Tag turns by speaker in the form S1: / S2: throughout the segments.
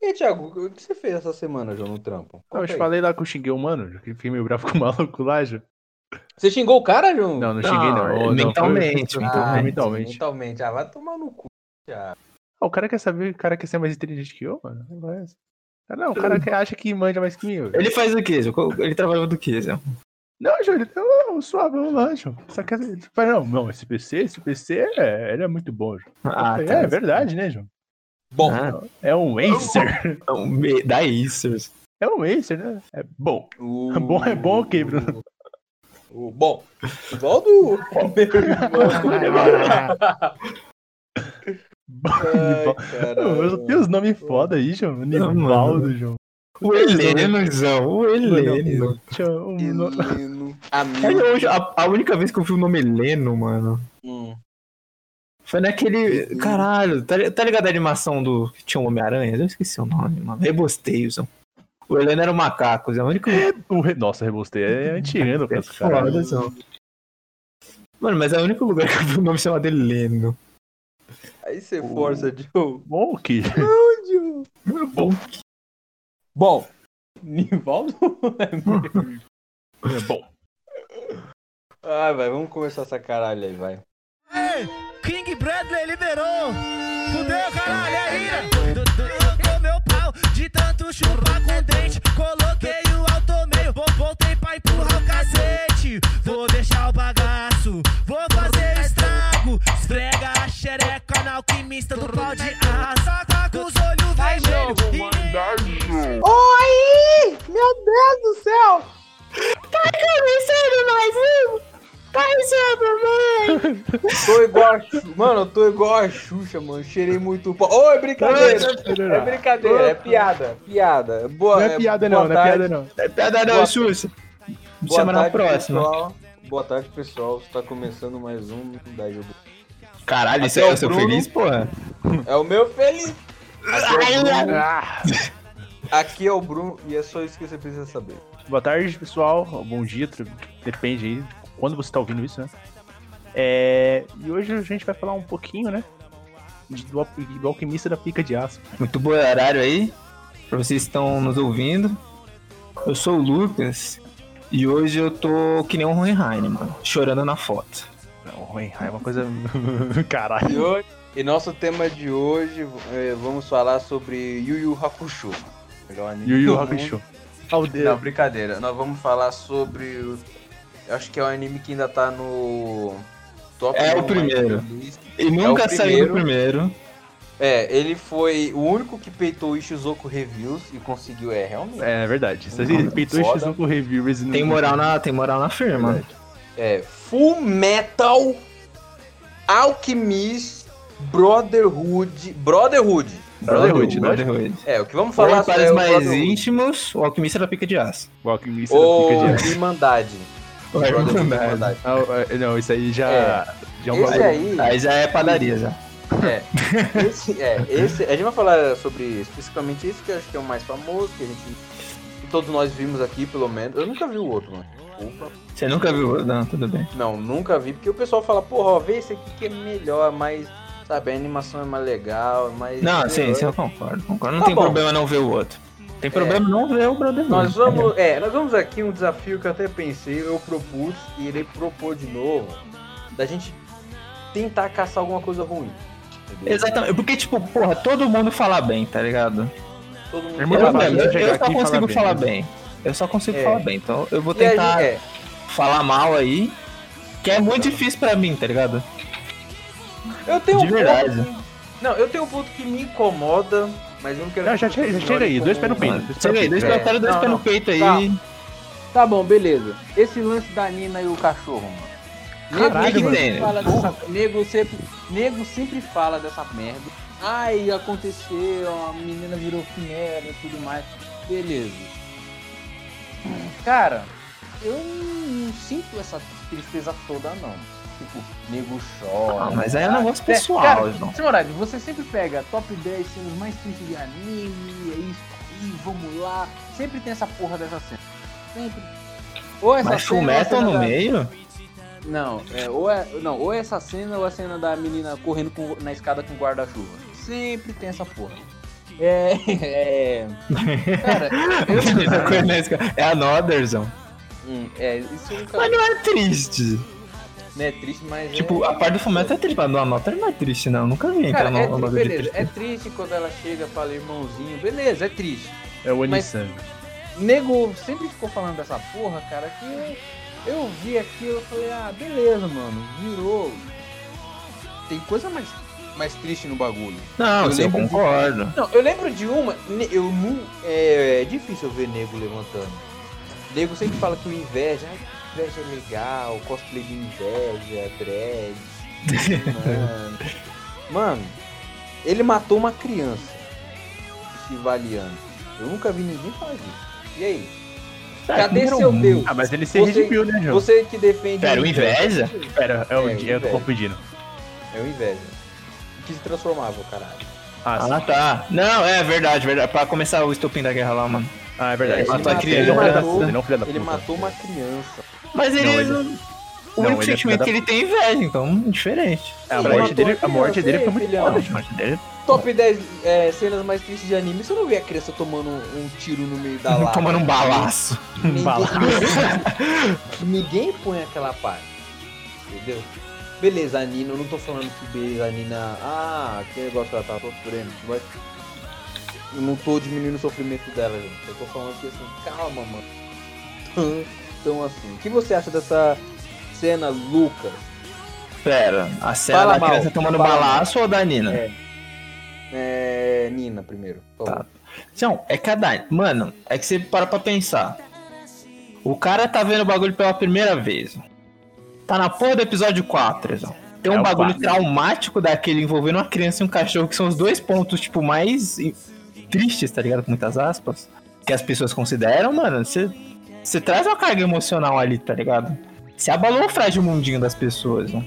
S1: E aí, Thiago, o que você fez essa semana, João, no trampo?
S2: Não, eu te
S1: Conta aí.
S2: falei lá que eu xinguei o mano, já que fiquei meio bravo com o maluco lá, já.
S1: Você xingou o cara, João?
S2: Não, não xinguei não. Não,
S3: é
S2: foi-
S3: mentalmente,
S2: foi-
S3: mentalmente.
S2: mentalmente.
S1: Ah, mentalmente. Ah, vai tomar no cu, Thiago.
S2: Ah, o cara quer saber, o cara quer ser mais inteligente que eu, mano. Não, é essa. Ah, não o cara que acha que manja mais que mim. velho.
S3: Ele faz o quê, Zé? Qual- Ele trabalha do quê, Zé?
S2: Não, Júlio, não, não, suave, vamos lá, João. Só quer. Ele fala, Não, não, esse PC, esse PC, é, ele é muito bom, João.
S3: Ah,
S2: é, é verdade, né, João?
S1: Bom,
S3: Ah,
S2: É um Acer.
S3: então, me- dá isso.
S2: É um Acer, né? É bom.
S1: o...
S2: Bom é bom, ok, Bruno.
S1: O... Bom, igual do meu irmão.
S2: Bom,
S1: Ai,
S2: Nival-
S1: caralho.
S2: Mano, Tem os nomes foda aí, João. Nivaldo, João.
S3: O Heleno, Zé. O Heleno.
S2: Tchau, o um no-
S1: Heleno. Amigo.
S3: Cara, hoje, a, a única vez que eu vi o nome Heleno, mano,
S1: Hum.
S3: foi naquele. Caralho, tá, li- tá ligado a animação do. que Tinha um Homem-Aranha? Eu esqueci o nome, mano. Rebostei, Zé. O Heleno era o macaco, Zé. O
S1: É,
S3: único.
S2: O re- Nossa, rebostei é antiga,
S1: tá
S2: né,
S3: É
S2: cara.
S3: foda, Zé. Mano, mas é o único lugar que eu vi o nome chamado Heleno.
S1: Aí você força, Joe.
S2: Bom que
S1: Joe.
S3: Bom,
S1: Bom, Nivaldo é meu.
S2: é bom.
S1: Ai, vai, vamos começar essa caralho aí, vai.
S4: King Bradley liberou. Fudeu, caralho, é ira. Colocou meu pau de tanto chupar com dente. Coloquei o alto meio, vou- voltei pra empurrar o cacete. Vou deixar o bagaço, vou fazer o estrago. Esfrega a xereca na alquimista do pau de aço. Saca com os olhos vermelhos. e nem-
S1: é Tô igual a Xuxa. Mano, eu tô igual a Xuxa, mano. Cheirei muito pau. Ô, é brincadeira. É brincadeira, é piada. Piada. Boa,
S2: Não é piada
S1: boa
S2: não, não é
S1: tarde.
S2: piada não.
S3: é piada
S1: Boa-
S3: não, Xuxa.
S1: Boa
S3: Semana
S1: tarde,
S3: próxima.
S1: pessoal. Boa tarde, pessoal. Está começando mais um da Jogo.
S3: Caralho, isso
S1: Até
S3: é
S1: o
S3: o seu
S1: Bruno.
S3: feliz, porra?
S1: É o meu feliz. Aqui é o Bruno,
S2: Ah,
S1: aqui é o Bruno e é só isso que você precisa saber.
S2: Boa tarde, pessoal. Ou Bom dia, tr- depende aí de quando você tá ouvindo isso, né? É, E hoje a gente vai falar um pouquinho, né? de- Do, al- do alquimista da pica de aço.
S3: Muito bom horário aí, pra vocês que estão nos ouvindo. Eu sou o Lucas e hoje eu tô que nem um Hohenheim, mano, chorando na foto.
S2: Não, ruim, é uma coisa.
S1: E,
S2: Caralho.
S1: hoje- e nosso tema de hoje, eh, vamos falar sobre Yu Yu Hakusho. Melhor anime
S2: Yu Yu
S1: do
S2: Hakusho.
S1: mundo. Não, brincadeira. Nós vamos falar sobre. o- eu Acho que é um anime que ainda tá no. Top
S3: É o
S1: 1
S3: primeiro.
S1: mais-
S3: E nunca
S1: É o
S3: saiu do primeiro.
S1: É, ele foi o único que peitou o Shizuku Reviews e conseguiu. É, realmente.
S2: É verdade. Se ele peitou
S1: Foda.
S2: X1 com review, Resident
S3: Tem
S2: Evil.
S3: moral na, tem moral na firma.
S1: É Full Metal Alchemist Brotherhood. Brotherhood.
S3: Tá
S2: Brotherhood, né?
S3: Brotherhood.
S1: É, o que vamos
S3: Falar
S1: falar
S3: para os
S1: o
S3: mais
S1: Brotherhood.
S3: íntimos, o alquimista da pica de aço.
S2: O alquimista
S1: Ou
S2: da pica de aço.
S1: Irmandade.
S3: Ou a
S1: Brotherhood,
S3: Irmandade.
S1: Irmandade.
S2: Ah, ah, não, isso aí já. Já é um
S1: Esse
S2: bagulho.
S1: aí,
S3: Aí já é padaria, já.
S1: é, esse, é, esse, a gente vai falar sobre especificamente esse que eu acho que é o mais famoso, que a gente, que todos nós vimos aqui, pelo menos. Eu nunca vi o outro, mano. Desculpa.
S3: Você nunca viu? Não, tudo bem.
S1: Não, nunca vi, porque o pessoal fala, porra, ó, vê esse aqui que é melhor, mas, sabe, a animação é mais legal, mas...
S3: Não, sim, sim, eu concordo. concordo. Não
S1: Tá
S3: tem
S1: bom. É.
S3: problema não ver o outro. Tem problema não ver o Brotherhood.
S1: Nós vamos, é, nós vamos aqui um desafio que eu até pensei, eu propus e irei propor de novo, da gente tentar caçar alguma coisa ruim. entendeu?
S3: Exatamente, porque, tipo, porra, todo mundo fala bem, tá ligado?
S1: Todo mundo
S2: É
S3: Eu,
S2: muito
S1: fala,
S2: fácil
S3: eu- eu
S2: chegar
S3: só
S2: aqui e
S3: consigo
S2: falar
S3: falar
S2: bem,
S3: bem. Eu só consigo
S1: É.
S3: falar bem, então eu vou
S1: E a gente-
S3: tentar
S1: é,
S3: falar mal aí, que é muito difícil pra mim, tá ligado?
S1: eu tenho
S3: de
S1: um
S3: verdade.
S1: ponto que- Não, eu tenho um ponto que me incomoda, mas eu não quero.
S2: Não, já
S1: que
S2: chega
S1: você
S2: já chega aí,
S1: ignore
S2: dois pés
S1: como-
S2: no peito. dois pés no
S3: Chega aí,
S2: peito.
S3: dois
S1: É.
S3: pés fora, dois
S1: Não,
S3: pés no
S1: não.
S3: peito aí.
S1: Calma. Tá bom, beleza. Esse lance da Nina e o cachorro, mano. Nego
S3: Caralho,
S1: sempre
S3: mano.
S1: fala dessa- Nego sempre, nego sempre fala dessa merda. Ai, aconteceu, a menina virou finera e tudo mais. Beleza. Cara, eu não sinto essa tristeza toda, não. Tipo, nego chora.
S3: Ah, mas aí é um negócio
S1: É,
S3: pessoal,
S1: cara,
S3: irmão.
S1: Sem horário, você sempre pega top 10 cenas mais tristes de anime, é isso aí, vamos lá. Sempre tem essa porra dessa cena. Sempre. Ou essa
S3: Mas
S1: cena, é
S3: Full
S1: ou a
S3: Metal
S1: cena
S3: no
S1: da-
S3: meio?
S1: Não, é, ou é, não, ou é essa cena ou a cena da menina correndo com- na escada com guarda-chuva. Sempre tem essa porra. É. é... Cara,
S3: Essa coisa não é esca- é anotherzão.
S1: hum, é, isso nunca
S3: Mas não é triste.
S1: né, é triste, mas.
S3: Tipo,
S1: é...
S3: a parte do fumeto é triste, mas do another não é triste, não. Nunca vi entrar
S1: Cara,
S3: no
S1: é,
S3: no
S1: tri-
S3: bagulho de
S1: beleza,
S3: triste.
S1: é triste quando ela chega e fala irmãozinho, beleza, é triste.
S2: É o
S1: Mas-
S2: Anisan.
S1: Nego sempre ficou falando dessa porra, cara, que eu vi aquilo, eu falei, ah, beleza, mano, virou. Tem coisa mais, mais triste no bagulho.
S3: Não,
S1: eu
S3: isso eu
S1: lembro de-
S3: concordo.
S1: Não, eu lembro de uma, ne- eu não. É, é difícil eu ver nego levantando. Nego sempre fala que o inveja, ai, inveja é legal, cosplay de inveja, dread. Mano. mano, ele matou uma criança se valiando. Eu nunca vi ninguém falar disso. E aí? Cadê
S3: Cara,
S1: seu
S3: não-
S1: Deus?
S2: Ah, mas ele se
S1: Você-
S2: redimiu, né, João?
S1: Você que defende.
S3: Pera,
S1: o
S3: o inveja?
S2: Pera, é o
S1: É,
S2: dia, eu tô
S1: velho.
S2: confundindo.
S1: É o inveja. Que se transformava, caralho.
S2: Ah, sim.
S3: Ah, tá. Não, é verdade, verdade. Pra começar o estopim da guerra lá, mano.
S2: Ah, é verdade.
S3: Ele
S2: Ele
S3: matou a
S2: é um
S3: criança.
S2: filho da puta, ele é um
S3: Tá
S2: filho da
S1: Ele
S2: puta.
S1: matou uma criança.
S3: Mas ele.
S2: Não, ele-
S3: não- O
S2: Não,
S3: único
S2: ele é
S3: sentimento
S2: filho da-
S3: que ele tem é inveja, então, diferente.
S2: É, A
S1: Ele
S2: morte
S1: matou
S2: dele,
S1: a
S2: a morte
S1: criança,
S2: dele foi
S1: hein,
S2: muito
S1: filhão?
S2: foda. A morte dele.
S1: Top 10 é, cenas mais tristes de anime. Você não vê a criança tomando um tiro no meio da lata.
S3: Tomando um balaço.
S1: Ninguém-
S2: balaço.
S1: Ninguém põe aquela parte. Entendeu? Beleza, a Nina, eu não tô falando que beleza, a Nina. Ah, que negócio ela tá sofrendo. Mas eu não tô diminuindo o sofrimento dela, gente. Eu tô falando que assim, calma, mano. Então assim. O que você acha dessa cena, Lucas?
S3: Pera, a cena
S1: Fala
S3: da
S1: mal,
S3: criança tomando um
S1: fala
S3: balaço ou da Nina?
S1: É. É. Nina primeiro. por favor.
S3: Tá. Então, é que a Dani. Mano, é que você para pra pensar. O cara tá vendo o bagulho pela primeira vez. Tá na porra do episódio 4, Zão. Tem um
S2: É o
S3: bagulho
S2: quatro.
S3: traumático daquele envolvendo uma criança e um cachorro, que são os dois pontos, tipo, mais i- tristes, tá ligado? Com muitas aspas. Que as pessoas consideram, mano. Você você traz uma carga emocional ali, tá ligado? Você abalou o frágil mundinho das pessoas, Zão.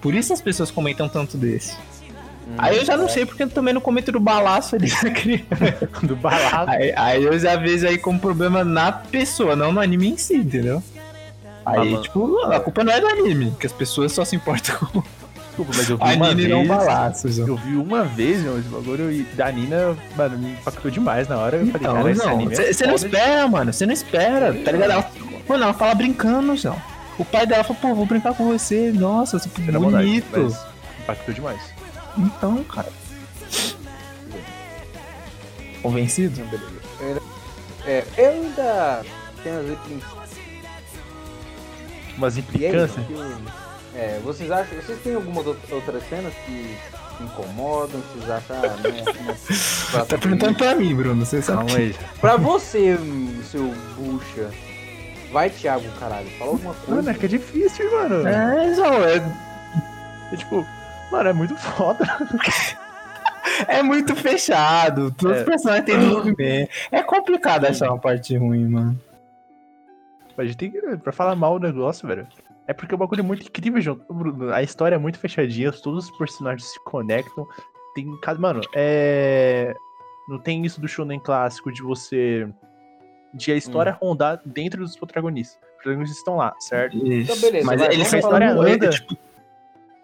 S3: Por isso as pessoas comentam tanto desse.
S1: Hum,
S3: Aí eu já
S2: Uhum.
S3: não sei porque eu também não comento do balaço ali da criança.
S2: Do balaço.
S3: Aí, aí eu já vejo aí como problema na pessoa, não no anime em si, entendeu?
S2: Ah,
S3: Aí,
S2: mano.
S3: tipo, a culpa não é do anime, que as pessoas só se importam com
S2: Desculpa, mas eu vi uma
S3: anime e não
S2: vez.
S3: balaços. ó.
S2: Eu vi uma vez, meu, esse bagulho e da Nina, mano, me impactou demais na hora. Eu falei,
S3: Então,
S2: cara, esse
S3: não,
S2: anime. é
S3: você não
S2: foda
S3: espera, mano, você não espera, tá ligado? Ela- mano, ela fala brincando, não. O pai dela fala, pô, vou brincar com você, nossa, você
S2: de-
S3: é
S2: na maldade,
S3: bonito.
S2: mas Impactou demais.
S3: Então, cara. Convencido?
S1: Não, hum, beleza. Eu ainda- É, eu ainda tenho as implicações.
S2: Umas
S1: E aí,
S2: implicâncias.
S1: que- é, vocês acham. Vocês têm algumas out- outras cenas que incomodam? Vocês acham. ah, né, assim, pra-
S3: Tá perguntando pra mim, Bruno, você sabe.
S2: Calma aí.
S1: Pra você, hum, seu bucha. Vai, Thiago, caralho. Fala alguma
S2: Mano,
S1: coisa.
S2: é que é difícil, mano. É.
S3: É, João, é,
S2: tipo, mano, é muito foda.
S3: É muito fechado. Todos
S2: É.
S3: os personagens
S1: Ah.
S3: têm movimento. É complicado achar uma parte ruim, mano.
S2: Mas A gente tem que. Pra falar mal o negócio, velho. É porque o bagulho é muito incrível, João. Bruno, A história é muito fechadinha, todos os personagens se conectam. Tem cada. Mano, é. Não tem isso do Shonen clássico de você. De a história rondar dentro dos protagonistas. Os protagonistas estão lá, certo?
S1: Então, beleza,
S3: Mas
S1: vai,
S3: eles
S1: vamos
S3: são
S2: falar
S3: tão-
S2: da
S3: é,
S2: Wanda.
S3: tipo,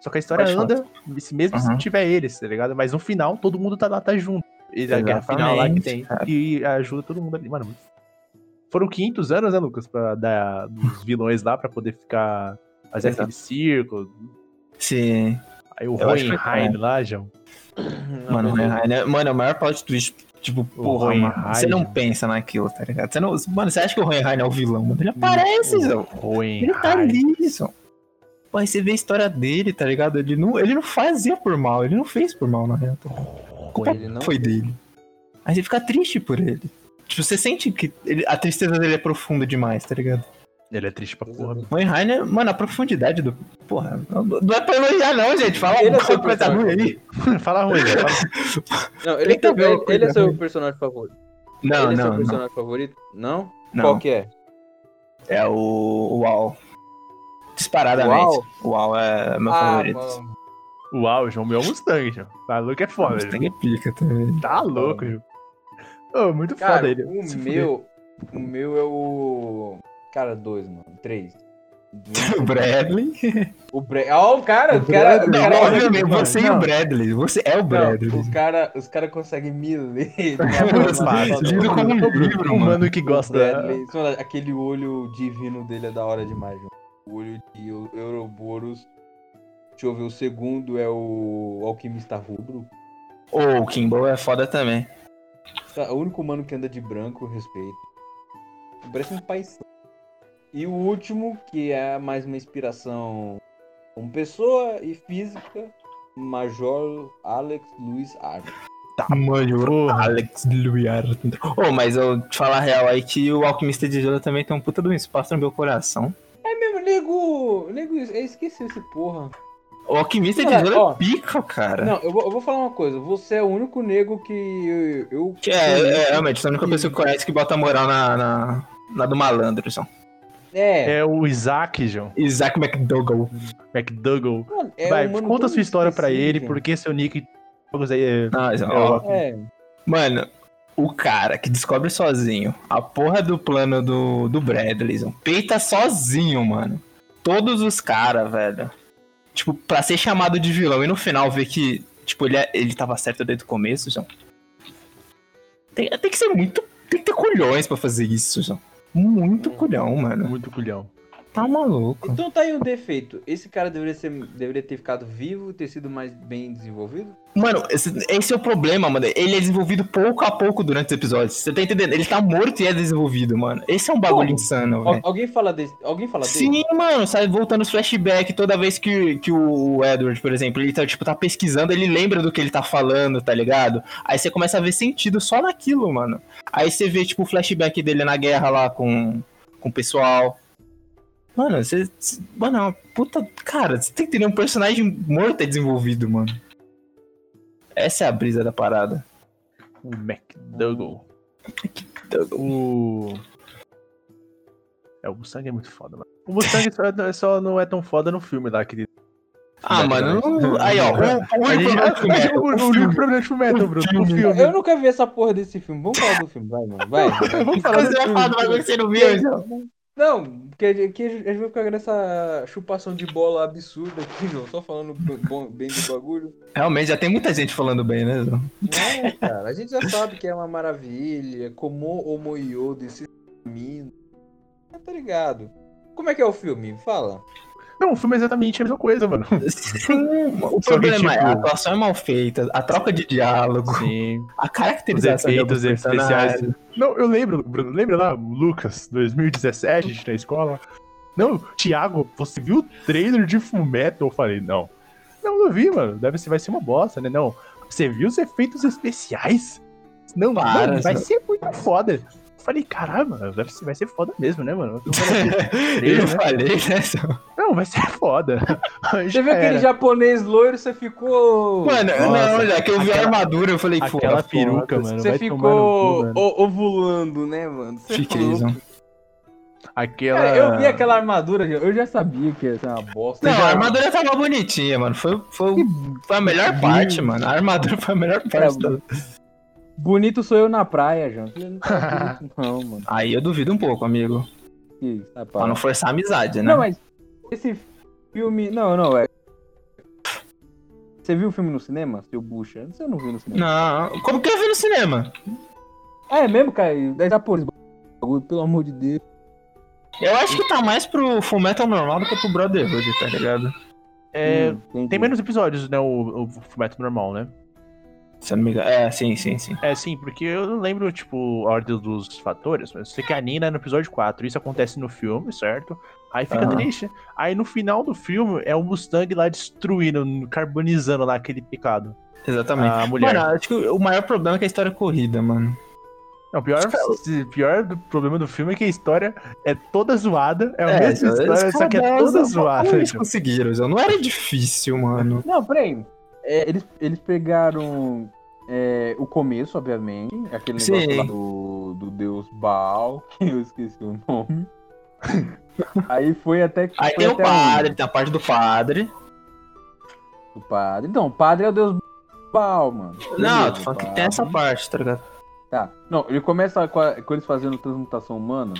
S2: Só que a história
S3: Pode falar.
S2: anda, se mesmo
S3: Aham.
S2: se tiver eles, tá ligado? Mas no final, todo mundo tá lá, tá junto. E a guerra final lá que tem.
S3: Exatamente,
S2: E ajuda todo mundo ali. Mano, muito- foram 500 anos, né, Lucas? Pra dar dos vilões lá pra poder ficar. Fazer
S3: Exato.
S2: aquele círculo.
S3: Sim.
S2: Aí o
S3: Eu acho que-
S2: Hohenheim lá, João.
S1: Ah,
S3: Mano,
S1: é
S3: né, Hohenheim, mano, a maior plot twist, tipo, porra,
S2: Hohenheim.
S3: mano, você não pensa naquilo, tá ligado? Você não, mano, você acha que o Hohenheim é o vilão, mano? Ele aparece, Zão.
S2: Hohenheim.
S3: Ele tá ali, Zão. Pô, aí você vê a história dele, tá ligado? Ele não, ele não fazia por mal, ele não fez por mal, na real. A culpa
S1: Ele não-
S3: foi dele. Aí você fica triste por ele. Tipo, você sente que ele- a tristeza dele é profunda demais, tá ligado?
S2: Ele é triste pra porra.
S3: O Heiner, mano, a profundidade do. Porra, não- não é pra elogiar, não, gente. Fala um
S1: Ele é
S3: alguma
S1: seu
S3: coisa
S1: personagem
S3: tá ruim aí.
S2: Fala ruim, velho. fala-
S1: Não, ele,
S2: tá
S3: Tenta
S1: é,
S3: ver uma
S1: ele, ele é
S3: coisa
S1: seu
S3: ruim.
S1: personagem favorito.
S3: Não,
S1: ele é seu
S3: não, não.
S1: personagem favorito? Não?
S3: não.
S1: Qual que é?
S3: É o UAU. Disparadamente. UAU é meu favorito.
S1: Ah, mano.
S2: Uau, João, meu Mustang, João. Tá louco, é foda, João.
S3: Mustang é pica também.
S2: Tá louco, João. Ô, muito
S1: Cara,
S2: foda ele.
S1: o
S2: Se fuder.
S1: meu. O meu é o. Cara, dois, mano. Três.
S3: O Bradley.
S1: O Bre... Ó, o cara, o
S2: O
S1: cara, é o
S2: Bradley,
S1: cara,
S2: óbvio,
S3: obviamente,
S2: mano,
S3: você e
S2: não.
S3: o Bradley. Você é o Bradley.
S1: não, os cara, os cara conseguem me ler.
S2: fácil. É.
S3: Lido como um livro,
S2: Um
S3: mano.
S2: mano que gosta.
S1: Bradley, mano, aquele olho divino dele é da hora demais, mano. O olho de Eu- Ouroboros. Deixa eu ver, o segundo é o Alquimista Rubro.
S3: Ô, o Kimball é foda também.
S1: Tá, O único mano que anda de branco, respeito. Parece um paisão. E o último, que é mais uma inspiração como pessoa e física, Major Alex Luiz Arnold.
S3: Mano, Alex Luiar. Tá. Ô, mas eu te falar a real aí que o Alquimista de Gelo também tem um puta de um espaço no meu coração.
S1: É mesmo, nego, nego, eu esqueci esse porra.
S3: O Alquimista de
S1: Cara,
S3: Gelo
S1: ó.
S3: é pica, cara.
S1: Não, eu vou, eu vou falar uma coisa. Você é o único nego que eu. eu
S3: Que é, é, realmente, sou a única pessoa que conhece que bota moral na, na, na do malandro, só.
S1: É.
S2: É o Isaac, João.
S3: Isaac McDougall.
S2: McDougall.
S1: Mano, é
S2: Vai,
S1: um mano
S2: conta
S1: todo
S2: a sua história pra
S1: específico,
S2: ele,
S1: gente.
S2: porque seu nick. jogos aí é-
S3: Ah,
S2: é
S3: ó,
S2: ótimo.
S1: É.
S3: Mano, o cara que descobre sozinho a porra do plano do, do Bradley, Zão, peita sozinho, mano. Todos os caras, velho. Tipo, pra ser chamado de vilão e no final ver que, tipo, ele, é- ele tava certo desde o começo, João. Tem, tem que ser muito. Tem que ter colhões pra fazer isso, João. Muito colhão, mano.
S2: Muito culhão.
S3: Tá maluco.
S1: Então tá aí um defeito. Esse cara deveria, ser, deveria ter ficado vivo, ter sido mais bem desenvolvido.
S3: Mano, esse, esse é o problema, mano. Ele é desenvolvido pouco a pouco durante os episódios. Você tá entendendo? Ele tá morto e é desenvolvido, mano. Esse é um bagulho
S1: Como?
S3: insano,
S1: Al-
S3: velho.
S1: alguém fala desse. Alguém fala dele?
S3: Sim, mano, sai voltando os flashback toda vez que, que o Edward, por exemplo, ele tá, tipo, tá pesquisando, ele lembra do que ele tá falando, tá ligado? Aí você começa a ver sentido só naquilo, mano. Aí você vê, tipo, o flashback dele na guerra lá com, com o pessoal. Mano, você. você- Mano, é uma puta. Cara, você tem que ter um personagem morto e desenvolvido, mano. Essa é a brisa da parada.
S2: O McDougall.
S3: Douglas.
S2: O. É, o Mustang é muito foda, mano. O Mustang só, só não é tão foda no filme lá, querido.
S3: Ah, mano. não- Aí, ó. O, o
S2: A gente-
S3: único problema do filme é-
S2: o- o- o único problema de filme é
S3: O
S2: Bruno. O
S3: filme.
S2: filme.
S1: Eu nunca vi essa porra desse filme. Vamos falar do filme, vai, mano. Vai. vai.
S2: Vamos falar
S3: Você
S2: do
S3: vai falar do bagulho
S2: filme.
S3: que você não viu, João.
S1: Não, porque aqui a gente vai ficar nessa chupação de bola absurda aqui, João. Só falando b- bom- bem do bagulho.
S3: Realmente, já tem muita gente falando bem, né? Zão?
S1: Não, cara. A gente já sabe que é uma maravilha. Como o Moyo desse menino. Tá ligado? Como é que é o filme? Fala.
S2: Não, o filme é exatamente a mesma coisa, mano.
S3: o
S2: Só que,
S3: problema é, a
S2: tipo-
S3: atuação é mal feita, a troca de diálogo,
S2: Sim.
S3: a
S2: Os
S3: caracterização de alguns
S2: efeitos especiais.
S3: personagens.
S2: Não, eu lembro, Bruno, lembra lá, Lucas, 2017, a gente na escola. Não, Thiago, você viu o trailer de Fullmetal? Eu falei, não. Não, não vi, mano. Deve ser, vai ser uma bosta, né? Não. Você viu os efeitos especiais? Não,
S3: Para,
S2: mano, vai
S3: só-
S2: ser muito foda. Eu falei, caramba, deve ser, vai ser foda mesmo, né, mano?
S3: Eu falei, né? Zão?
S2: Não, vai ser foda.
S1: Você
S2: Aí já
S1: viu aquele
S2: era.
S1: japonês loiro, você ficou.
S3: Mano,
S2: Nossa,
S3: não, já que eu vi a
S2: aquela-
S3: armadura, eu falei,
S2: Aquela
S3: foda,
S2: peruca,
S3: foda.
S2: mano.
S1: Você
S2: vai tomar no cu,
S1: ficou
S2: mano.
S1: o- ovulando, né, mano? Você
S3: Fiquei,
S1: falou-
S3: Zão.
S2: Aquela...
S1: Cara, eu vi aquela armadura, eu já sabia que ia ser uma bosta.
S3: Não,
S1: Já-
S3: a armadura tava bonitinha, mano. Foi, foi, foi a melhor parte, mano. A armadura foi a melhor parte.
S1: Era-
S3: da-
S1: Bonito sou eu na praia, João. Ele não tá bonito, não, mano.
S3: Aí eu duvido um pouco, amigo.
S1: Que, tá, pá.
S3: Pra não forçar a amizade, né?
S1: Não, mas esse filme. Não, não, é. Você viu o filme no cinema, seu bucha? Você não viu no cinema.
S3: Não, como que eu vi no cinema?
S1: Ah, é mesmo, cara? Daí tá por bagulho, pelo amor de Deus.
S3: Eu acho que tá mais pro Full Metal normal do que pro Brotherhood, tá ligado?
S2: É,
S1: Hum, entendi.
S2: Tem menos episódios, né, o, o Fullmetal normal, né?
S3: Se eu não me engano. É, sim, sim, sim.
S2: É, sim, porque eu não lembro, tipo, a ordem dos fatores, mas eu sei que a Nina é no episódio 4, isso acontece no filme, certo? Aí fica
S3: Aham.
S2: triste. Aí no final do filme é o Mustang lá destruindo, carbonizando lá aquele picado.
S3: Exatamente.
S2: A mulher.
S3: Mano, acho que o maior problema é que a história é corrida, mano.
S2: Não, o pior, o pior do- problema do filme é que a história é toda zoada, é a mesma
S3: eles-
S2: história, só que é
S3: cara,
S2: toda
S3: eles-
S2: zoada.
S3: Como eles
S2: tipo.
S3: conseguiram, Zé? Não era difícil, mano.
S1: Não, peraí. É, eles, eles pegaram é, o começo, obviamente. Aquele negócio
S3: Sim.
S1: lá do, do deus Baal, que eu esqueci o nome. Aí foi até que.
S3: Aí
S1: foi
S3: tem o
S1: até onde?
S3: padre, tem a parte do padre.
S1: O padre. Então, o padre é o deus Baal, mano.
S3: Não, eu
S1: Beleza,
S3: tô falando que
S1: o
S3: tem essa
S1: padre.
S3: parte, tá ligado?
S1: Tá. Não, ele começa com, a- com eles fazendo transmutação humana.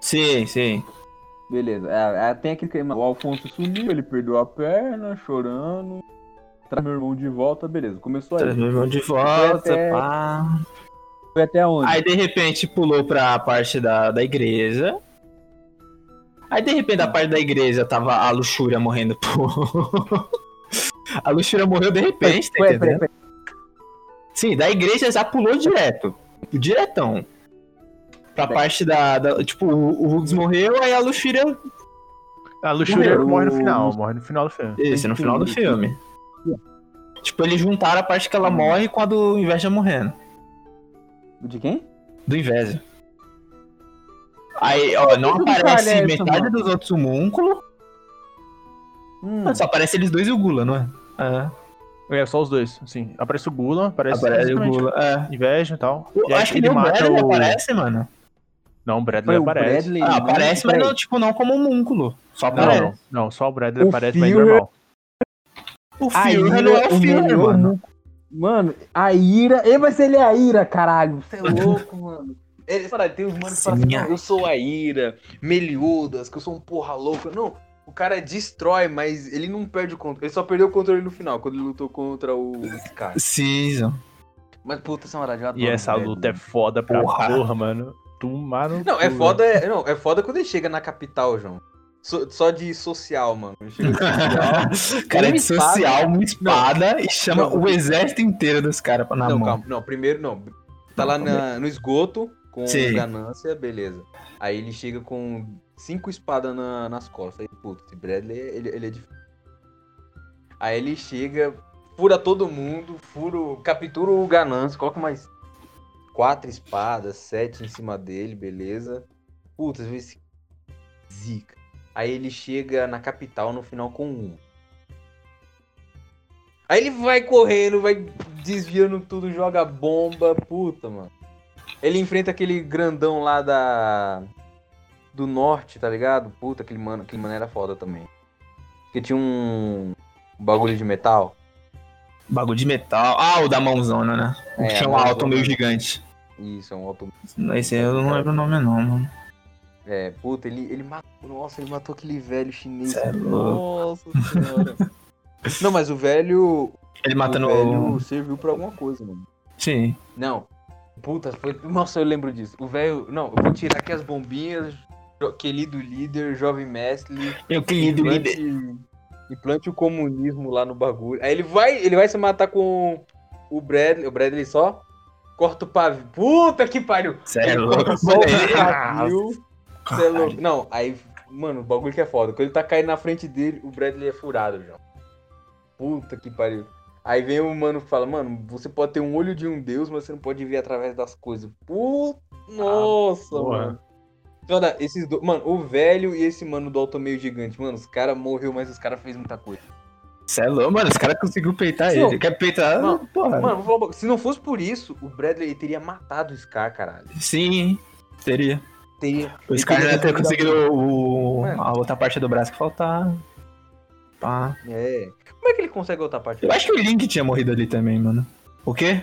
S3: Sim, sim.
S5: Beleza. É, é, tem aquele que. mano, O Alfonso sumiu, ele perdeu a perna, chorando. Traz meu irmão de volta, beleza. Começou
S3: Traz
S5: aí.
S3: meu irmão de volta,
S5: até-
S3: pá.
S5: Foi até onde?
S3: Aí de repente pulou pra parte da, da igreja. Aí de repente da parte da igreja tava a luxúria morrendo por. a luxúria morreu de repente, tá
S5: Ué, peraí,
S3: entendendo?
S5: peraí.
S3: Sim, da igreja já pulou direto. Diretão. Pra parte da. da- tipo, o o Hugs morreu, aí a Luxúria.
S2: A luxúria
S5: Morreu.
S2: morre no final, morre no final do filme.
S3: Esse, no final do filme. Tipo, eles juntaram a parte que
S5: Hum.
S3: ela morre com a do Inveja morrendo.
S5: De quem?
S3: Do Inveja. Aí, ó, não
S5: Que
S3: aparece
S5: detalhe é esse,
S3: metade
S5: mano?
S3: dos outros homúnculos,
S5: Hum,
S3: só aparece eles dois e o Gula, não é? É,
S2: É, só os dois, sim. Aparece o Gula, aparece,
S3: aparece o
S2: exatamente.
S3: Gula. É.
S2: Inveja e tal.
S3: Eu
S2: E aí
S3: acho que nem o Bradley aparece, mano.
S2: Não, o
S5: foi
S2: Bradley
S5: o
S2: aparece.
S5: Bradley.
S3: Ah,
S5: né?
S3: aparece, mas
S5: Peraí.
S3: não, tipo, não como homúnculo. Só aparece.
S2: Não, não, não, só o Bradley
S5: O
S2: aparece, mas é
S5: Führer-
S2: normal.
S3: O
S5: A
S3: Führer
S5: Ira-
S3: não é o
S5: o
S3: Führer,
S5: melhor
S3: mano.
S5: Mano, a Ira. Ei, vai ser ele é a Ira, caralho. Você é louco, mano.
S1: Ele fala, tem uns manos que falam assim,
S3: Sim.
S1: "Não, eu sou a Ira, Meliudas, que eu sou um porra louca. Não, o cara destrói, mas ele não perde o controle. Ele só perdeu o controle no final, quando ele lutou contra o Sky.
S3: Season.
S1: Mas puta, Samurai, já
S2: E essa luta é foda pra
S3: Porra.
S2: porra, mano. Tomar no
S1: Não, é
S2: cu,
S1: foda, é- não, é foda quando ele chega na capital, João. So- só de social, mano. Ele chega de social.
S3: cara
S1: Uma
S3: de
S1: espada-
S3: social, uma espada e chama
S1: Não.
S3: o exército inteiro dos caras pra- na
S1: não,
S3: mão.
S1: calma. Não, primeiro não. Tá lá na- no esgoto com
S3: Sim.
S1: ganância, beleza. Aí ele chega com cinco espadas na- nas costas. Aí, puto, esse Bradley, ele, ele é difícil. Aí ele chega, fura todo mundo, fura, o- captura o ganância, coloca mais quatro espadas, sete em cima dele, beleza. Putz, vê se zica. Aí ele chega na capital no final com um. Aí ele vai correndo, vai desviando tudo, joga bomba, puta, mano. Ele enfrenta aquele grandão lá da. Do norte, tá ligado? Puta, aquele mano, aquele mano era foda também. Porque tinha um. bagulho de metal.
S3: Bagulho de metal. Ah, o da mãozona, né? O
S1: É,
S3: que
S1: a
S3: chama alto
S1: mãozona.
S3: meio gigante.
S1: Isso, é um auto.
S3: Esse aí eu não lembro o nome não, mano.
S1: É, puta, ele, ele matou. Nossa, ele matou aquele velho chinês.
S3: Cê é
S1: Nossa senhora. Não, mas o velho.
S3: Ele mata
S1: o
S3: no...
S1: velho serviu pra alguma coisa, mano.
S3: Sim.
S1: Não. Puta, foi. Nossa, eu lembro disso. O velho. Não, eu vou tirar aqui as bombinhas. jo- Querido líder, jovem mestre.
S3: Eu querido líder.
S1: Implante, implante o comunismo lá no bagulho. Aí ele vai, ele vai se matar com o Bradley. O Bradley só corta o pavio. Puta que pariu!
S3: Cê é
S1: Ele
S3: louco.
S1: corta só o
S3: Ah,
S1: pavio. Cê é louco. Não, aí, mano, o bagulho que é foda. Quando ele tá caindo na frente dele, o Bradley é furado, João. Puta que pariu. Aí vem um mano que fala, mano, você pode ter um olho de um deus, mas você não pode ver através das coisas. Puta, nossa,
S2: porra.
S1: mano. Olha, esses dois, mano, o velho e esse mano do alto meio gigante, mano, os cara morreu, mas os cara fez muita coisa.
S3: Cê é louco, mano. Os caras conseguiram peitar
S1: Sim,
S3: ele. Quer peitar?
S1: Mano,
S3: porra.
S1: Mano, vou falar, um bagulho, se não fosse por isso, o Bradley teria matado o Scar, caralho.
S3: Sim, teria.
S1: Teria,
S3: Os
S1: Ele
S3: caras
S1: teria
S3: já ter
S1: conseguido-
S3: conseguido o...
S1: Mano.
S3: a outra parte do braço que faltava. Pá.
S1: é. Como é que ele consegue outra parte?
S3: Eu acho que o Link tinha morrido ali também, mano. O quê?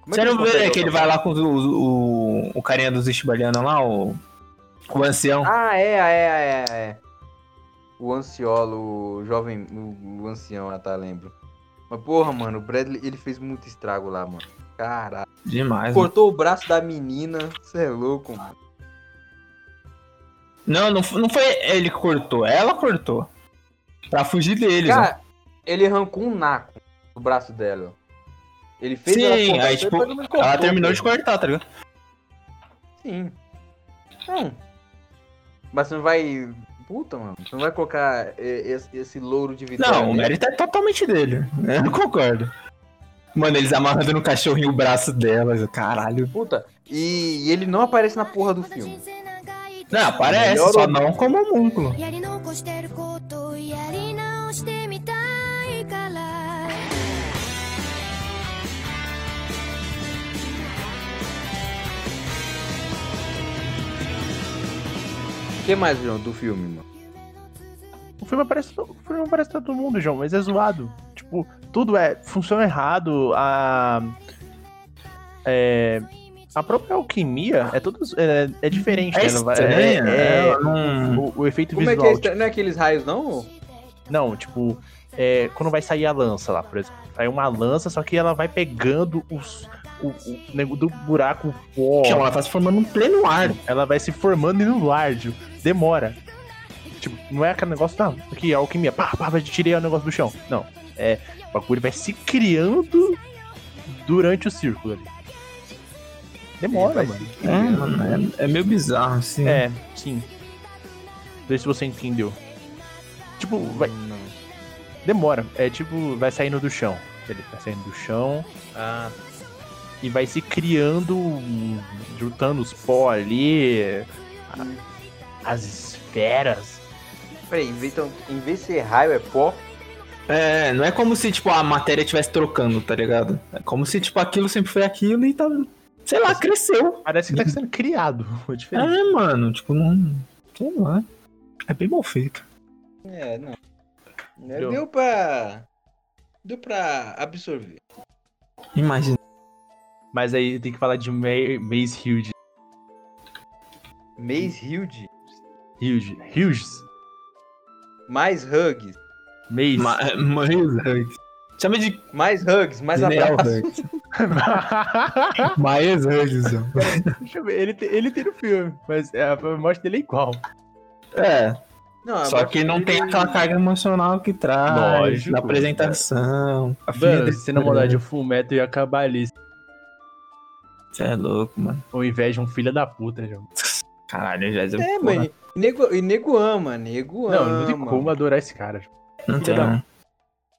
S1: Como é
S3: Você não
S1: consegue
S3: vê que
S1: outra
S3: ele vai lá com os- os- o, o carinha dos Ishibalianos lá, o, o ancião?
S1: Ah, é, é, é, é. O ansiolo, o jovem, o, o ancião lá, tá, lembro. Mas porra, mano, o Bradley, ele fez muito estrago lá, mano. Caralho.
S3: Demais. mano.
S1: Cortou o braço da menina, você é louco, mano.
S3: Não, não, f- não foi ele que cortou, ela cortou. Pra fugir deles. ó.
S1: Cara, ele arrancou um naco do braço dela. Ele fez ela
S3: Sim,
S1: cortar,
S3: aí,
S1: ele
S3: tipo,
S1: pelo menos
S3: ela
S1: cortou,
S3: terminou de
S1: cara.
S3: cortar, tá ligado?
S1: Sim. Não. Mas você não vai... Puta, mano. Você não vai colocar eh, esse, esse louro de vitória.
S3: Não, o
S1: nele.
S3: mérito é totalmente dele. né? Eu não concordo. Mano, eles amarrando no cachorrinho o braço delas, eu, caralho.
S1: Puta. E, e ele não aparece na porra do filme.
S3: Não, aparece,
S1: Melhor
S3: só
S1: ou-
S3: não como homúnculo.
S6: やり残してることやり直してみたいから
S1: O que mais, João, do filme, mano?
S2: O filme aparece, to- o filme aparece todo mundo, João, mas é zoado. Tipo, tudo é. Funciona errado, a. É. A própria alquimia é todas é, é diferente,
S3: É
S2: né? Ela vai-
S3: estranha,
S2: é-
S3: ela não-
S2: o, o efeito
S7: Como é que
S2: visual.
S7: é isso? Não é aqueles raios, não?
S2: tipo, não, tipo, é, quando vai sair a lança lá, por exemplo. Sai uma lança, só que ela vai pegando os, o, o nego- do buraco o pó.
S3: Então, ela tá se formando em pleno ar.
S2: Ela vai se formando e no lardio. Demora. Tipo, não é aquele negócio, não, aqui a alquimia, pá, pá, vai tirei o negócio do chão. Não. É, o bagulho vai se criando durante o círculo ali. Demora,
S7: Ele vai
S2: mano.
S3: É, mano, é, é meio bizarro, assim.
S2: É, sim. Não sei se você entendeu. Tipo, vai, demora. É tipo, vai saindo do chão. Ele vai saindo do chão
S7: Ah,
S2: e vai se criando, um, juntando os pó ali, a- as esferas.
S7: peraí, em vez- então, em vez de ser raio, é pó.
S3: É, não é como se, tipo, a matéria estivesse trocando, tá ligado? É como se, tipo, aquilo sempre foi aquilo e tá. Sei lá, cresceu.
S2: Parece que tá sendo criado. É diferente.
S3: É, mano, tipo, não. Sei lá. É bem mal feito.
S7: É, não. Né,
S2: Deu.
S7: Deu pra. Deu pra absorver.
S3: Imagina.
S2: Mas aí tem que falar de Ma- Maze Huge.
S7: Maze Hilde,
S2: Huge. Hughes.
S7: mais hugs,
S2: Maze.
S3: Ma- Mas. Chama de.
S7: mais hugs, mais
S3: General
S7: abraço.
S3: Hux. Mas Hux, ó.
S2: Deixa eu ver. Ele, tem- ele tem no filme, mas a morte dele é igual.
S3: É,
S7: Não, a
S3: só
S7: morte
S3: que não
S7: dele-
S3: tem aquela carga emocional que traz.
S2: Lógico,
S3: Na apresentação. A filha
S2: Mano,
S3: dele-
S2: se na maldade o Fullmetal ia acabar ali.
S3: Você é louco, mano.
S2: Ao invés de um filho da puta, João.
S3: Caralho, já
S7: É, mano. E nego, e nego ama, nego
S2: Não,
S7: ama.
S2: não tem como adorar esse cara. João.
S3: Não tem,
S2: Não.
S3: não.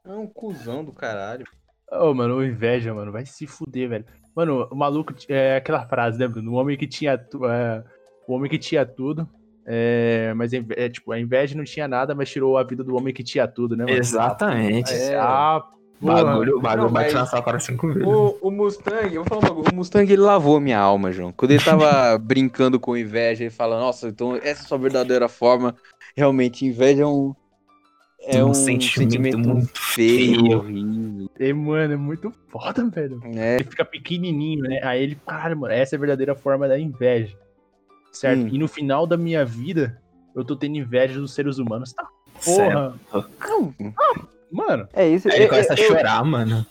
S7: É um cuzão do caralho.
S2: Ô, mano, o inveja, mano, vai se fuder, velho. Mano, o maluco, t- é aquela frase, né, Bruno? O homem que tinha, tu- é, o homem que tinha tudo, é, mas a inve- é, tipo, a inveja não tinha nada, mas tirou a vida do homem que tinha tudo, né, mano?
S3: Exatamente.
S7: É.
S2: Ah,
S3: O
S2: porra.
S3: bagulho, o bagulho
S7: Não,
S3: bate
S7: mas- é
S3: na sua cara cinco vezes.
S7: O, o Mustang, eu vou falar um bagulho. O Mustang ele lavou minha alma, João. Quando ele tava brincando com inveja, ele fala, nossa, então essa é a sua verdadeira forma. Realmente, inveja é um. É um, sentimento, muito feio,
S3: feio.
S7: horrível.
S2: E, mano, é muito foda, velho.
S7: né?
S2: Ele É. fica pequenininho, né? Aí ele, caralho, mano, essa é a verdadeira forma da inveja. Certo?
S7: Sim.
S2: E no final da minha vida, eu tô tendo inveja dos seres humanos. Tá,
S3: Sério.
S2: porra. Mano,
S7: É isso.
S3: Aí ele
S7: é-
S3: começa a
S7: é- é-
S3: chorar, mano.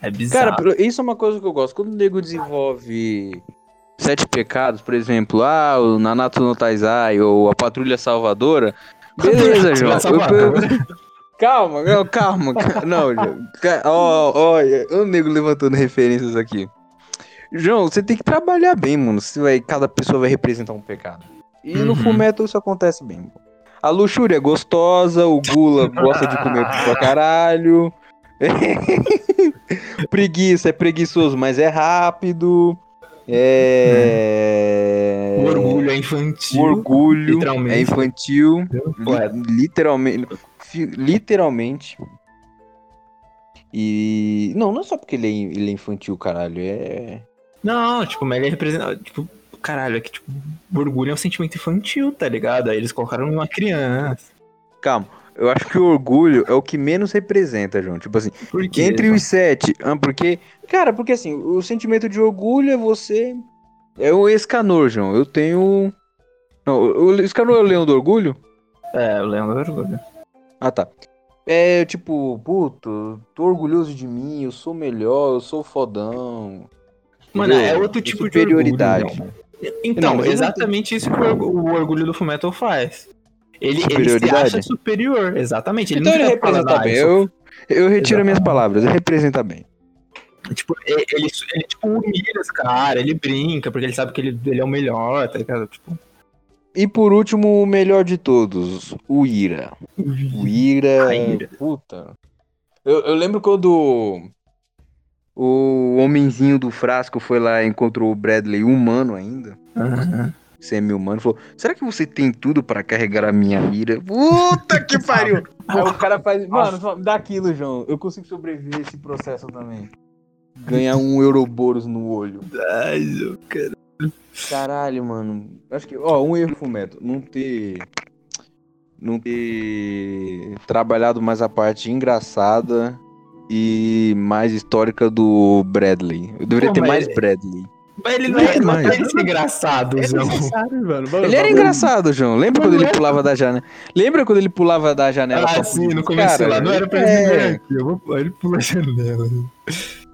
S3: É bizarro.
S7: Cara, pro- isso é uma coisa que eu gosto. Quando o nego desenvolve sete pecados, por exemplo, ah, o Nanato no Taizai ou a Patrulha Salvadora, beleza, João.
S3: Patrulha Salvadora.
S7: Eu- eu- Calma, não, calma. ca- Não, João. Ca- Ó, ó, o nego levantando referências aqui. João, você tem que trabalhar bem, mano. Você vai, cada pessoa vai representar um pecado. E no
S3: Uhum.
S7: fumetto isso acontece bem. pô. A luxúria é gostosa, o gula gosta de comer pra caralho. Preguiça é preguiçoso, mas é rápido. É.
S3: o orgulho é
S7: O
S3: infantil.
S7: orgulho
S3: Literalmente.
S7: é infantil.
S3: Ué,
S7: Li- literalmente. fi- Literalmente. E. Não, não é só porque ele é, in- ele é infantil, caralho. É.
S3: Não, tipo, mas ele é representado. Tipo, caralho, é que tipo, o orgulho é um sentimento infantil, tá ligado? Aí eles colocaram uma criança.
S7: Calma. Eu acho que o orgulho é o que menos representa, João. Tipo assim,
S3: Por quê?
S7: entre
S3: mano?
S7: os sete. ah, Porque. Cara, porque assim, o sentimento de orgulho é você. É o escanor, João. Eu tenho. Não, o o escanor é o leão do orgulho?
S3: É, o leão do orgulho.
S7: Ah, tá. É tipo, puto, tô orgulhoso de mim, eu sou melhor, eu sou fodão.
S3: Mano,
S7: Entendeu?
S3: é outro
S7: De
S3: tipo de orgulho.
S7: superioridade.
S3: né? Então,
S7: Não, mas eu
S3: exatamente isso que o orgu- o orgulho do Fullmetal faz. Ele, ele se
S7: Superioridade?
S3: acha superior, exatamente.
S7: então ele
S3: não fica falando,
S7: representa
S3: "Ah,
S7: bem.
S3: eu sou
S7: Eu, eu retiro
S3: Exatamente.
S7: minhas palavras, ele representa bem.
S3: Tipo, ele, ele, ele, tipo, humilha esse cara, ele brinca, porque ele sabe que ele, ele é o melhor, tá ligado? Tipo,
S7: E por último, o melhor de todos, o Ira. O Ira.
S3: A Ira.
S7: Puta. Eu, eu lembro quando o homenzinho do frasco foi lá e encontrou o Bradley humano ainda.
S3: aham.
S7: semi-humano, é falou: Será que você tem tudo pra carregar a minha ira? Puta que pariu! Aí o cara faz: Mano, só me dá aquilo, João. Eu consigo sobreviver a esse processo também. Ganhar um Euroboros no olho.
S3: Ai, eu-
S7: Caralho, mano. Acho que, ó, um erro fumeto. Não ter. Não ter trabalhado mais a parte engraçada e mais histórica do Bradley. Eu deveria
S3: Pô,
S7: ter
S3: mas- é
S7: mais Bradley.
S3: Mas ele não
S7: Não
S3: é,
S7: é
S3: não
S7: mais.
S3: parece ser engraçado,
S2: É
S3: Zão.
S2: necessário, mano. Mano,
S7: Ele era
S2: mano,
S7: engraçado, João. Lembra
S3: Mas
S7: quando
S3: não
S7: ele
S3: é-
S7: pulava da janela? Lembra quando ele pulava da janela? pra
S3: Ah,
S7: fugir?
S3: sim, no começo
S7: né? Cara,
S3: lá. Não era pra ele
S7: é.
S3: vir aqui. Eu vou... Aí ele pula a janela.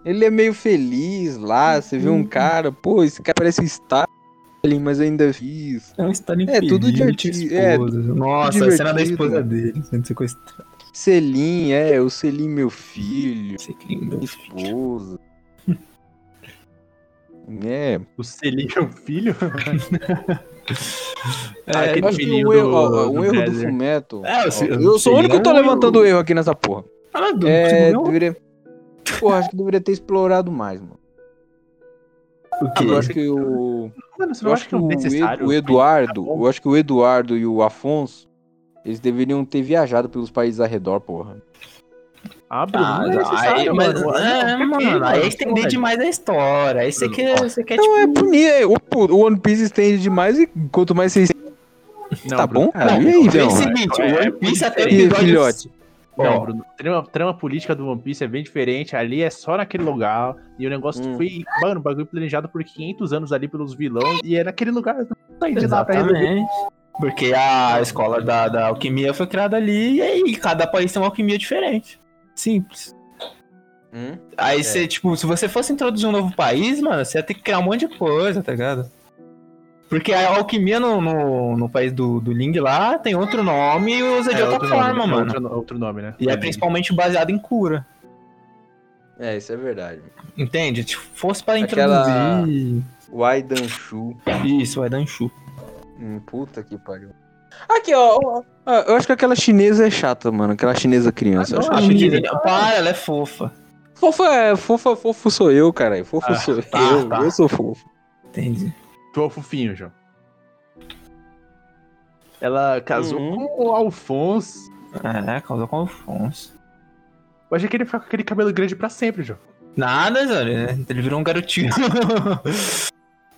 S7: Ele é meio feliz lá, você vê
S3: Uhum.
S7: um cara, pô, esse cara parece um Stalin, mas eu ainda fiz.
S3: É um Stalin
S7: É, tudo
S3: feliz,
S7: divertido, é,
S3: tinha esposa. Nossa, a cena da
S7: divertido.
S3: esposa dele. Sendo sequestrada.
S7: Selim, é, o Selim, meu filho,
S3: Sei que lindo.
S7: esposa. é,
S2: O Selim é um filho?
S3: É,
S7: eu acho que
S2: menino
S7: um erro,
S2: do-
S7: ó, ó, um
S2: do
S7: erro do
S2: Dresser.
S7: Fumeto.
S3: É, o se-
S7: eu né? sou o único que tô
S3: Selim é um
S7: levantando erro aqui nessa porra.
S3: Ah, do,
S7: É,
S3: do-
S7: deveria. Porra, acho que deveria ter explorado mais, mano.
S3: o quê?
S7: Eu acho que o.
S2: Mano, você
S7: Eu
S2: não
S7: acho
S2: acha
S7: que
S2: que é
S7: tá o,
S2: necessário?
S7: Ed- o Eduardo, eu acho que o Eduardo e o Afonso, eles deveriam ter viajado pelos países ao redor, porra.
S2: Ah, Bruno,
S3: Ah,
S2: não é
S3: aí,
S2: necessário,
S3: mas,
S7: ah,
S2: mano.
S3: é,
S2: Não,
S3: mano, aí estender
S2: velho.
S3: demais a história. Aí você quer, você quer
S7: é Não, é
S3: tipo...
S7: bonito. é, O, o One Piece estende demais e quanto mais vocês.
S2: Não,
S7: tá
S2: Bruno.
S7: bom, cara?
S3: Não,
S7: e aí,
S3: É
S7: João? É,
S3: o seguinte, o One Piece até o
S7: E aí,
S3: episódio...
S7: filhote?
S2: Não,
S3: Ó,
S2: Bruno, trama, trama política do One Piece é bem diferente. Ali é só naquele lugar. E o negócio
S7: Hum.
S2: foi, mano, o bagulho planejado por 500 anos ali pelos vilões. E é naquele lugar. Não sai de lá pra resolver.
S3: Exatamente. Porque a escola da, da alquimia foi criada ali e aí cada país tem uma alquimia diferente. Simples.
S7: Hum?
S2: É.
S3: Aí você, tipo, se você fosse introduzir um novo país, mano, você ia ter que criar um monte de coisa, tá ligado? Porque a alquimia no, no, no país do, do Ling lá tem outro nome e usa de
S2: É
S3: outra
S2: outro nome,
S3: forma,
S2: é
S3: mano.
S2: Outro, outro nome, né?
S3: E é principalmente baseado em cura.
S7: É, isso é verdade.
S3: Entende? Se fosse pra
S7: Aquela-
S3: introduzir.
S7: O Aidan Shu.
S3: Isso, vai dar enxu.
S7: Hum, puta que pariu. Aqui, ó. ó, ó, Eu acho que aquela chinesa é chata, mano. Aquela chinesa criança. Eu acho
S3: Ah,
S7: que-
S3: menina, para, ela é fofa.
S7: Fofa, é, fofa, fofo sou eu, caralho. Fofo
S2: Ah,
S7: sou
S3: tá,
S7: eu.
S3: tá.
S7: Eu sou fofo.
S3: Entende?
S2: Tu é o fofinho, João. Ela casou
S7: Uhum.
S2: com o Alfonso.
S3: É, causou com o Afonso.
S2: Eu achei que ele ia ficar com aquele cabelo grande pra sempre, João.
S3: Nada, Zé. Ele virou um garotinho.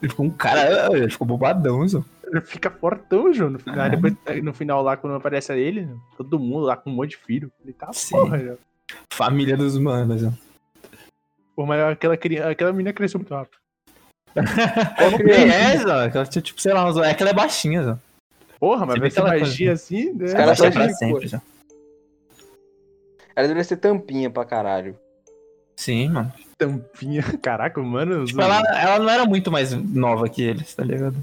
S3: ele ficou um cara. Ele ficou bobadão, Zé.
S2: Ele fica fortão, João. No final, depois, no final lá, quando aparece ele, todo mundo lá com um monte de filho. Ele tá
S3: Sim.
S2: porra, João.
S3: Família dos manos, Zé.
S2: Pô, mas aquela, cri- aquela menina cresceu muito rápido.
S3: É, Zé. Ela tinha, tipo, sei lá, uns- é que ela é baixinha, Zé.
S2: Porra, mas
S3: Você
S2: vai
S3: vê
S2: ser
S3: que ela- tá-
S2: magia assim, né?
S7: Ela
S3: Ela
S7: só
S3: é pra
S7: de cor.
S3: sempre, Zé.
S7: Ela deveria ser tampinha pra caralho.
S3: Sim, mano.
S2: tampinha. Caraca, mano.
S3: Tipo, ela, ela não era muito mais nova que eles, tá ligado?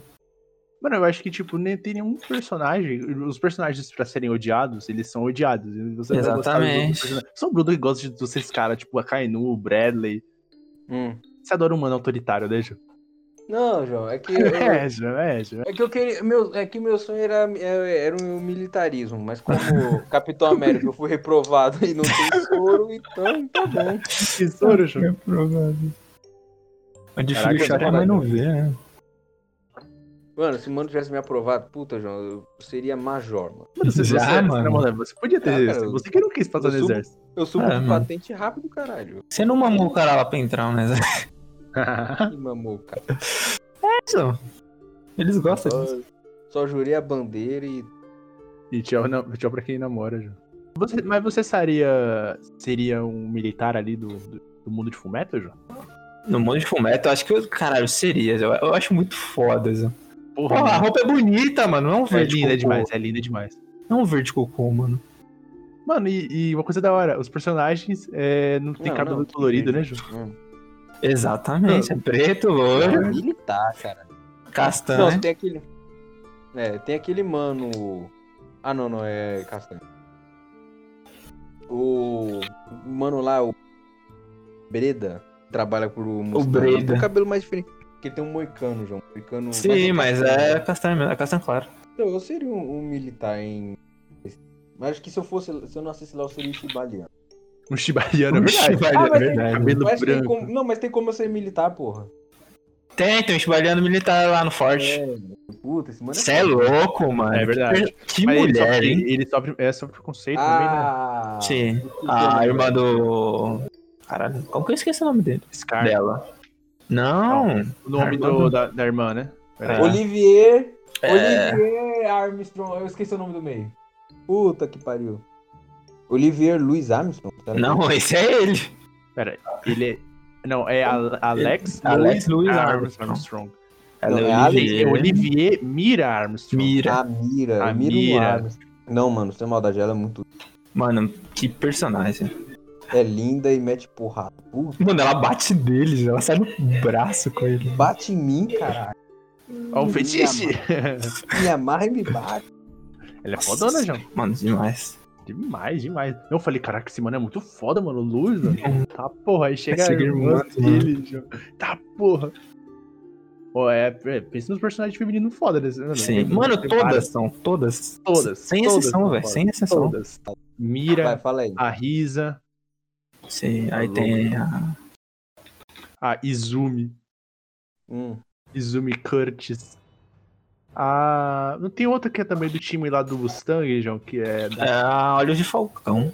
S2: Mano, eu acho que, tipo, nem tem nenhum personagem. Os personagens, pra serem odiados, eles são odiados. E Você vai gostar dos outros
S3: Exatamente.
S2: personagens. Só o Bruno que gosta de vocês caras, tipo, a Kainu, o Bradley.
S7: Hum.
S2: Você adora um mano autoritário, né, Ju?
S7: Não, João, é que.
S2: É, Ju, é, Ju.
S7: É que eu queria. Meu, é que meu sonho era, é- era o militarismo, mas como Capitão América eu fui reprovado e não tem soro, então tá bom.
S2: Tesouro, Ju.
S3: provável. Onde
S2: Caraca,
S3: filho chora,
S2: é
S3: mas não vê, né?
S7: Mano, se o mano tivesse me aprovado, puta, João, eu seria major, mano.
S2: Mano, você,
S3: Já,
S2: você,
S3: mano.
S2: na moral, você podia ter.
S7: Ah, cara,
S2: você que não quis passar
S7: eu
S2: no
S7: sou-
S2: exército.
S7: Eu subo
S3: É,
S7: de
S3: mano.
S7: patente rápido, caralho.
S3: Você não mamou o cara lá pra entrar, né, Zé?
S7: Que mamou, cara.
S3: Zé? Eles gostam
S7: Só,
S3: disso.
S7: só jurei a bandeira e.
S2: E tchau, na- tchau pra quem namora, Ju. Você- mas você seria, seria um militar ali do, do, do mundo de fumeto, Ju?
S3: No mundo de fumeto, eu acho que eu, caralho, eu seria. Zé. Eu, eu acho muito foda, Zé. Pô,
S2: Porra,
S3: a
S2: mano.
S3: roupa é bonita, mano. Não é um
S2: é
S3: verde
S2: linda
S3: cocô.
S2: demais, é linda demais.
S3: Não é um verde cocô, mano.
S2: Mano, e, e uma coisa da hora, os personagens é, não tem
S7: Não,
S2: cabelo
S7: não,
S2: colorido,
S7: tudo
S2: né, Ju?
S3: Exatamente. É preto, loiro, né?
S7: Era militar, cara. Não,
S3: castanho.
S7: tem aquele. É, tem aquele mano. Ah, não, não, é castanho. O mano lá, o Breda, trabalha pro Mustang.
S3: Breda.
S7: Ele Tem um cabelo mais diferente. Porque ele tem um moicano, João. Moicano,
S3: Sim, mas é
S7: castanho.
S3: castanho mesmo. É castanho claro.
S7: Eu, eu seria um, um militar em. Mas acho que se eu fosse. Se eu não assistisse lá, eu seria chibaliano.
S2: Um shibariano, é verdade.
S3: Chibaliano,
S7: Ah, mas tem-
S3: verdade.
S2: Cabelo
S7: Mas tem
S2: branco.
S7: como. Não, mas tem como eu ser militar, porra.
S3: Tem, tem um chibaliano militar lá no forte.
S7: É, puta, esse mano
S3: Você é louco, mano.
S2: É verdade.
S3: Que
S2: Mas ele
S3: mulher,
S2: sofre-
S3: hein?
S2: Ele sofre, é, sofre preconceito também, né?
S7: Ah,
S3: Sim.
S2: Ah,
S3: A irmã do. Caralho, como que eu esqueci o nome dele?
S2: Scar,
S3: Dela. Não.
S2: o nome
S3: Irmã
S2: do,
S3: do-
S2: da, da irmã, né?
S3: É.
S7: Olivier.
S3: É.
S7: Olivier Armstrong. Eu esqueci o nome do meio. Puta que pariu.
S1: tá
S7: Olivier Louis Armstrong? Será que-
S3: Não, esse é ele.
S2: Pera, ele é... Não, é a- Alex,
S3: Alex Louis
S2: Armstrong.
S3: É
S1: Não, é
S2: Olivier, Olivier Mira Armstrong.
S3: Mira.
S1: A mira.
S2: A
S1: A mira.
S2: Mira.
S1: no ar. Não, mano, sem maldade, ela é muito.
S3: Mano, que personagem.
S1: É linda e mete porrada. Puta,
S3: Mano, ela bate neles, ela sai no braço com ele.
S1: bate em mim, caralho.
S2: Ó, o fetiche.
S1: Me amarra e me bate.
S2: Ela é
S3: né,
S2: fodona, João.
S3: Mano, demais.
S2: Demais, demais. Eu falei, caraca, esse mano é muito foda, mano. Luz, mano. Tá porra. Aí chega
S3: Essa
S2: a irmã
S3: irmã, É. mano.
S2: dele, João. Tá porra. Pô, é, é, pensa nos personagens femininos foda desse, mano.
S3: Sim.
S2: Tem-
S3: Mano,
S2: tem
S3: todas
S2: várias.
S3: são, todas.
S2: Todas,
S3: Sem
S2: todas
S3: exceção,
S2: são
S3: velho,
S2: foda.
S3: sem exceção.
S2: Todas. Mira,
S1: Vai, fala aí.
S2: a Risa,
S3: Sim, aí tem a...
S2: a Ah, Izumi,
S1: Hum.
S2: Izumi Curtis. A... Não tem outra que é também do time lá do Mustang, João, que é... da-
S3: a Olhos de Falcão.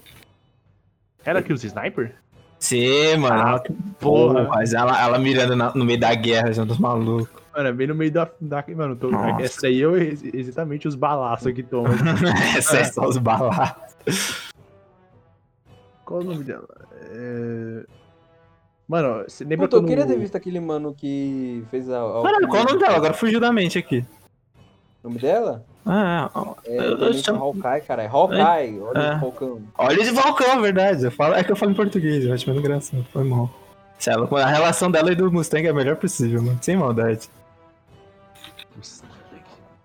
S2: Ela que usa sniper?
S3: Sim, mano.
S2: Ah,
S3: ela que
S2: porra.
S3: Mas ela, ela mirando na- no meio da guerra, junto dos malucos.
S2: Mano, é bem no meio da. da mano, tô,
S3: Nossa.
S2: essa aí eu é ex- exatamente os balaços que toma.
S3: Essa é só os balar.
S2: Qual o nome dela? É... Mano, você lembra
S1: Puta, eu
S2: quando...
S1: queria ter visto aquele mano que fez a. a-
S3: Mano, qual o nome dela? Agora fugiu da mente aqui.
S1: O nome dela?
S3: Ah,
S1: É,
S3: Eu- eu
S1: também
S3: chamo-
S1: Hawkeye, caralho. Hawkeye,
S3: É.
S1: olha o Falcão.
S3: Olhos de Falcão, é verdade. Eu falo, é que eu falo em português, eu acho menos engraçado. Foi mal. Sei lá, é a relação dela e do Mustang é a melhor possível, mano. Sem maldade.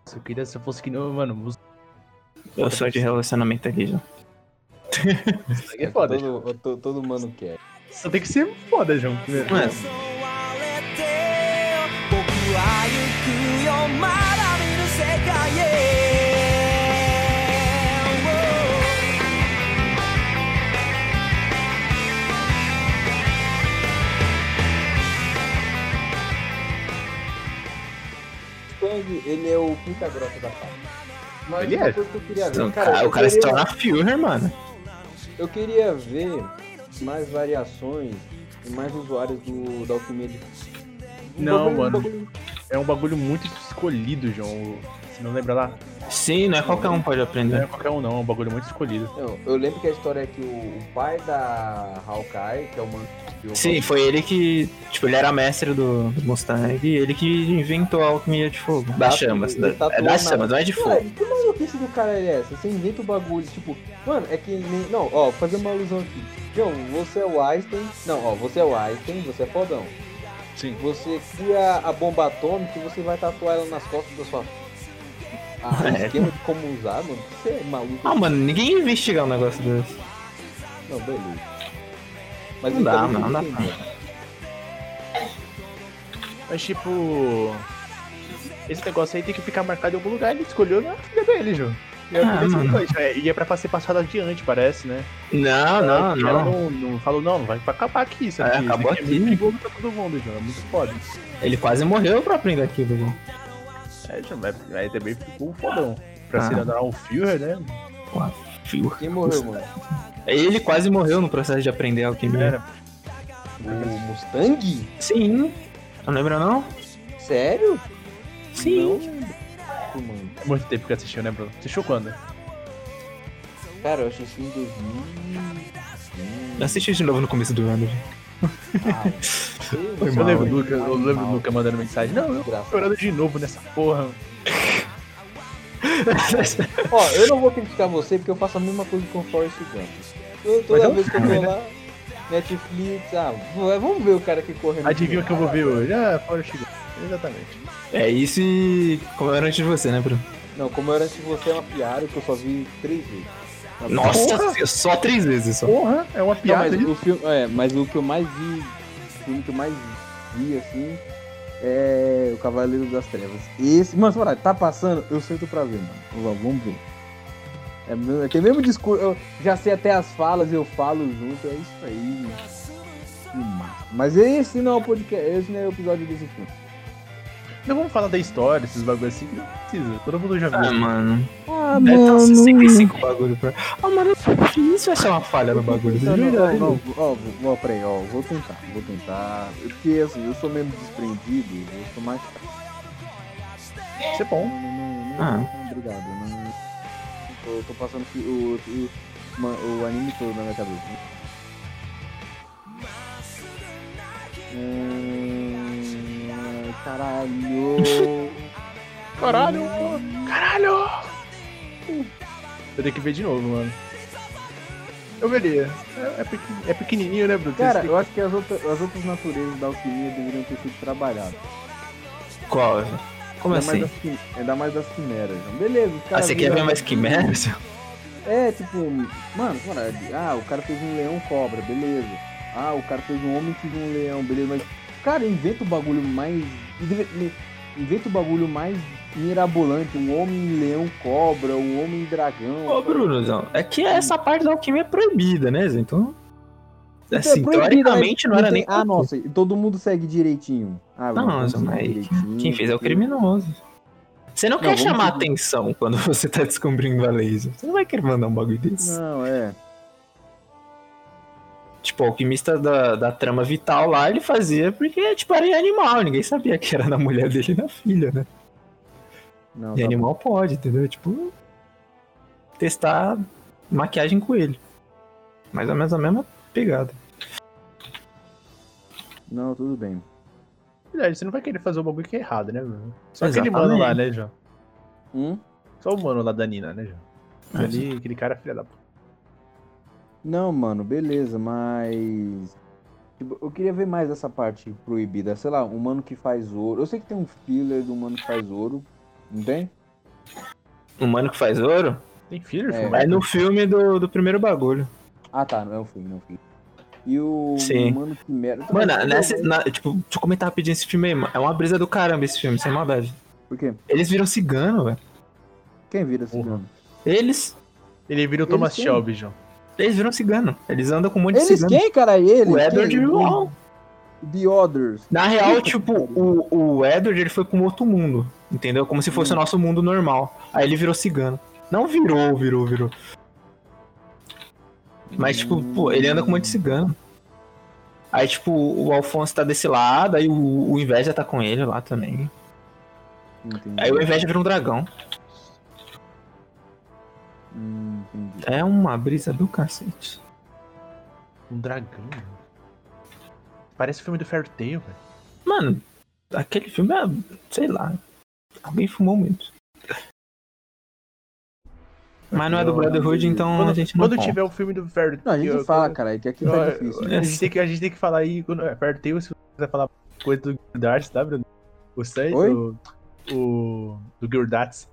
S2: Se eu queria se eu fosse que não, mano, Mustang
S3: Eu sou de relacionamento aqui já.
S2: é foda. João.
S1: Todo, to- todo mano quer.
S2: Só tem que ser foda, João. primeiro.
S3: Mano,
S8: 僕は行くよまだ見ぬ世界へ
S1: Fang, ele é o pinta grossa da parte. Mas
S2: Ele
S1: uma
S2: é.
S1: coisa que eu queria ver.
S3: então,
S1: cara,
S3: cara,
S1: eu
S3: o cara se
S1: queria-
S3: torna Führer, mano.
S1: Eu queria ver mais variações e mais usuários do, da alquimia de. Um
S2: Não,
S1: bagulho- um
S2: mano.
S1: bagulho-
S2: É um bagulho muito escolhido, João. Se não lembra lá,
S3: Sim, não é qualquer um pode
S2: não
S3: aprender.
S2: é qualquer um não, é um bagulho muito escolhido.
S1: Não, eu lembro que a história é que o, o pai da Hawkeye, que é o mano que criou o
S3: Sim, foi ele que. Tipo, ele era mestre do, do Mustang e ele que inventou a alquimia de fogo. Das chamas.
S1: ele
S3: da-
S1: tatuou
S3: é das
S1: na-
S3: chamas, não é de
S1: Cara,
S3: fogo.
S1: que maluquice do cara é essa? Você inventa o bagulho, tipo, mano, é que nem. Não, ó, fazer uma alusão aqui. João, você é o Einstein. Não, ó, você é o Einstein, você é fodão.
S2: Sim.
S1: Você cria a bomba atômica e você vai tatuar ela nas costas da sua. Ah,
S3: É.
S1: esquema de como usar, mano. Você é maluco.
S3: Ah, mano, ninguém ia investigar um negócio desse.
S1: Não, beleza. Mas
S3: Não
S1: eu
S3: dá,
S1: também
S3: não, não dá
S1: entendi.
S2: Mas tipo. Esse negócio aí tem que ficar marcado em algum lugar. Ele escolheu na filha dele, João. E
S3: Ah,
S2: ah,
S3: mano.
S2: e é pra ser passado adiante, parece, né?
S3: Não, Ah, não,
S2: Ela
S3: não.
S2: não, não falou, não, vai acabar aqui isso
S3: É,
S2: aqui.
S3: acabou
S2: isso
S3: aqui.
S2: É muito perigoso pra todo mundo, João. É muito foda.
S3: Ele quase morreu pra aprender aquilo, João.
S2: É, João, mas aí também ficou um fodão. Pra
S3: Ah.
S2: se dar um Führer, né?
S3: Porra, Führer.
S1: Quem morreu, mano?
S3: Ele quase morreu no processo de aprender a alquimia.
S2: Era.
S1: O Mustang?
S3: Sim. Não lembra, não?
S1: Sério?
S3: Sim.
S1: Não, mano.
S2: É muito tempo que assistiu, né, Bruno? Assistiu quando?
S1: Cara, eu achei isso em 2000.
S3: Eu assisti de novo no começo do ano.
S1: Ah,
S3: Foi
S2: eu
S3: mal,
S2: lembro do
S1: hein?
S2: Luca, eu lembro do Luca mandando mensagem. Não, eu tô
S1: Desgraça.
S2: chorando de novo nessa porra.
S7: é-
S1: Ó, eu não vou criticar você porque eu faço a mesma coisa com o Forrest Gump. Eu- toda vez que eu vou né? lá, Netflix, ah, v- vamos ver o cara que correndo.
S2: Adivinha o que eu vou ver hoje? Ah, fora chegou. Exatamente.
S3: É isso e. Como era antes de você, né, Bruno?
S1: Não, como eu era se você é uma piada que eu só vi três vezes.
S3: Nossa, só três vezes só.
S2: Porra, é uma
S1: Não,
S2: piada
S1: mas,
S2: isso.
S1: o filme, é, mas o que eu mais vi, o filme que eu mais vi, assim, é O Cavaleiro das Trevas. Esse, mano, se tá passando, eu sento pra ver, mano. Vamos- Vamos ver. É, mesmo- é que é mesmo discurso, eu já sei até as falas, eu falo junto, é isso aí, mano. Que massa. Mas esse não é o podcast, esse não é o episódio desse filme.
S2: Não vamos falar da história, esses bagulhos assim, não precisa. Todo mundo já viu.
S3: Ah, mano.
S1: Ah,
S3: Deve estar uns 65 bagulho pra. Ah, mano, isso vai ser uma falha no
S2: é
S3: bagulho.
S1: Não, Então, não,
S3: de
S1: não,
S3: verdade.
S1: não, ó, vou- vou, peraí, ó, vou tentar, vou tentar. Porque assim, eu sou menos desprendido, eu sou mais
S2: Isso é bom.
S1: Não, não, não,
S3: Ah.
S1: não, obrigado. Não, eu tô passando que o, o, ma- o anime todo na minha cabeça.
S7: Hum, Caralho.
S2: Caralho! Caralho! Eu tenho que ver de novo, mano. Eu veria. É, é pequ- é pequenininho, né, Bruno?
S7: Cara, eu acho que as, outra- as outras naturezas da alquimia deveriam ter sido trabalhadas.
S3: Qual? Como
S7: ainda,
S3: assim?
S7: mais das, quim- ainda mais das quimeras. né? Beleza, os
S3: Ah,
S7: caras.
S3: você quer ver
S7: viram-
S3: mais quimera?
S7: É, tipo, mano, cara, ah, o cara fez um leão cobra, beleza. Ah, o cara fez um homem que um leão, beleza, mas. Cara, inventa o bagulho mais. Inventa o bagulho mais mirabolante, um homem leão cobra, um homem dragão. Então,
S3: Ô, Brunozão, é que essa parte da alquimia é proibida, né, Zé? Então. Assim,
S7: é proibido,
S3: teoricamente não
S7: mas
S3: era nem.
S7: tem- Ah, nossa, e todo mundo segue direitinho. Ah,
S3: Não,
S7: vamos
S3: Zé, mas
S7: seguir direitinho,
S3: Quem fez é o
S7: porque-
S3: criminoso. Você não,
S7: Não,
S3: quer
S7: vamos
S3: chamar
S7: seguir.
S3: atenção quando você tá descobrindo a lei. Zé. Você não vai querer mandar um bagulho desse.
S7: Não, é.
S3: Tipo, o alquimista da, da trama vital lá, ele fazia porque, tipo, era em animal. Ninguém sabia que era na mulher dele e na filha, né?
S7: Não,
S3: E
S7: tá
S3: animal pode, entendeu? Tipo, testar maquiagem coelho. Mais ou menos a mesma pegada.
S7: Não, tudo bem.
S2: Verdade, você não vai querer fazer o bagulho que é errado, né, mano? Só aquele mano lá, né, João?
S7: Hum?
S2: Só o mano lá da Nina, né, João? Ali, aquele cara é filha da puta.
S7: Não, mano, beleza, mas. tipo, eu queria ver mais essa parte proibida. Sei lá, um mano que faz ouro. Eu sei que tem um filler do mano que faz ouro. Não tem?
S3: Humano que faz ouro?
S2: Tem filho,
S7: É.
S2: filho?
S3: É no filme do, do primeiro bagulho.
S7: Ah, tá, não é um filme, não é um filme. E o
S3: Sim.
S7: mano que merda.
S3: Mano, nessa, na- tipo, deixa eu comentar rapidinho esse filme aí, mano. É uma brisa do caramba esse filme, sem maldade.
S7: Por quê?
S3: Eles viram cigano, velho.
S7: Quem vira esse
S2: Porra.
S7: mano?
S3: Eles.
S2: Ele vira o
S7: Ele
S2: Thomas
S7: sim.
S2: Shelby, João.
S3: Eles viram cigano. Eles andam com um monte de
S7: Eles
S3: cigano.
S7: quem, cara? Eles?
S3: O Edward
S7: quem?
S3: Wall.
S7: The Others.
S3: Na real, tipo, o, o Edward ele foi pra um outro mundo, entendeu? Como se fosse
S2: Hum.
S3: o nosso mundo normal. Aí ele virou cigano. Não virou, virou, virou. Mas, tipo, pô, ele anda com um monte de cigano. Aí, tipo, o Alfonso tá desse lado, aí o, o Inveja tá com ele lá também.
S7: Entendi.
S3: Aí o Inveja vira um dragão.
S7: Hum, entendi.
S3: É uma brisa do cacete.
S2: Um dragão. mano. Parece o filme do Fair Tail, velho.
S3: Mano, aquele filme é. sei lá. Alguém fumou muito. Mas não é do Brotherhood,
S7: Ah,
S3: então
S2: Quando,
S3: a gente não
S2: quando
S3: conta.
S2: tiver o filme do Fair Tail.
S7: Não, a gente
S2: eu-
S7: fala, cara, que aqui tá
S2: eu-
S7: difícil.
S2: A gente, tem que, a gente tem que falar aí. Quando, é, Fair Tail, se você quiser falar coisa do Gildarts, tá, Bruno? O Sai,
S7: Oi?
S2: o. O. Do Gildarts.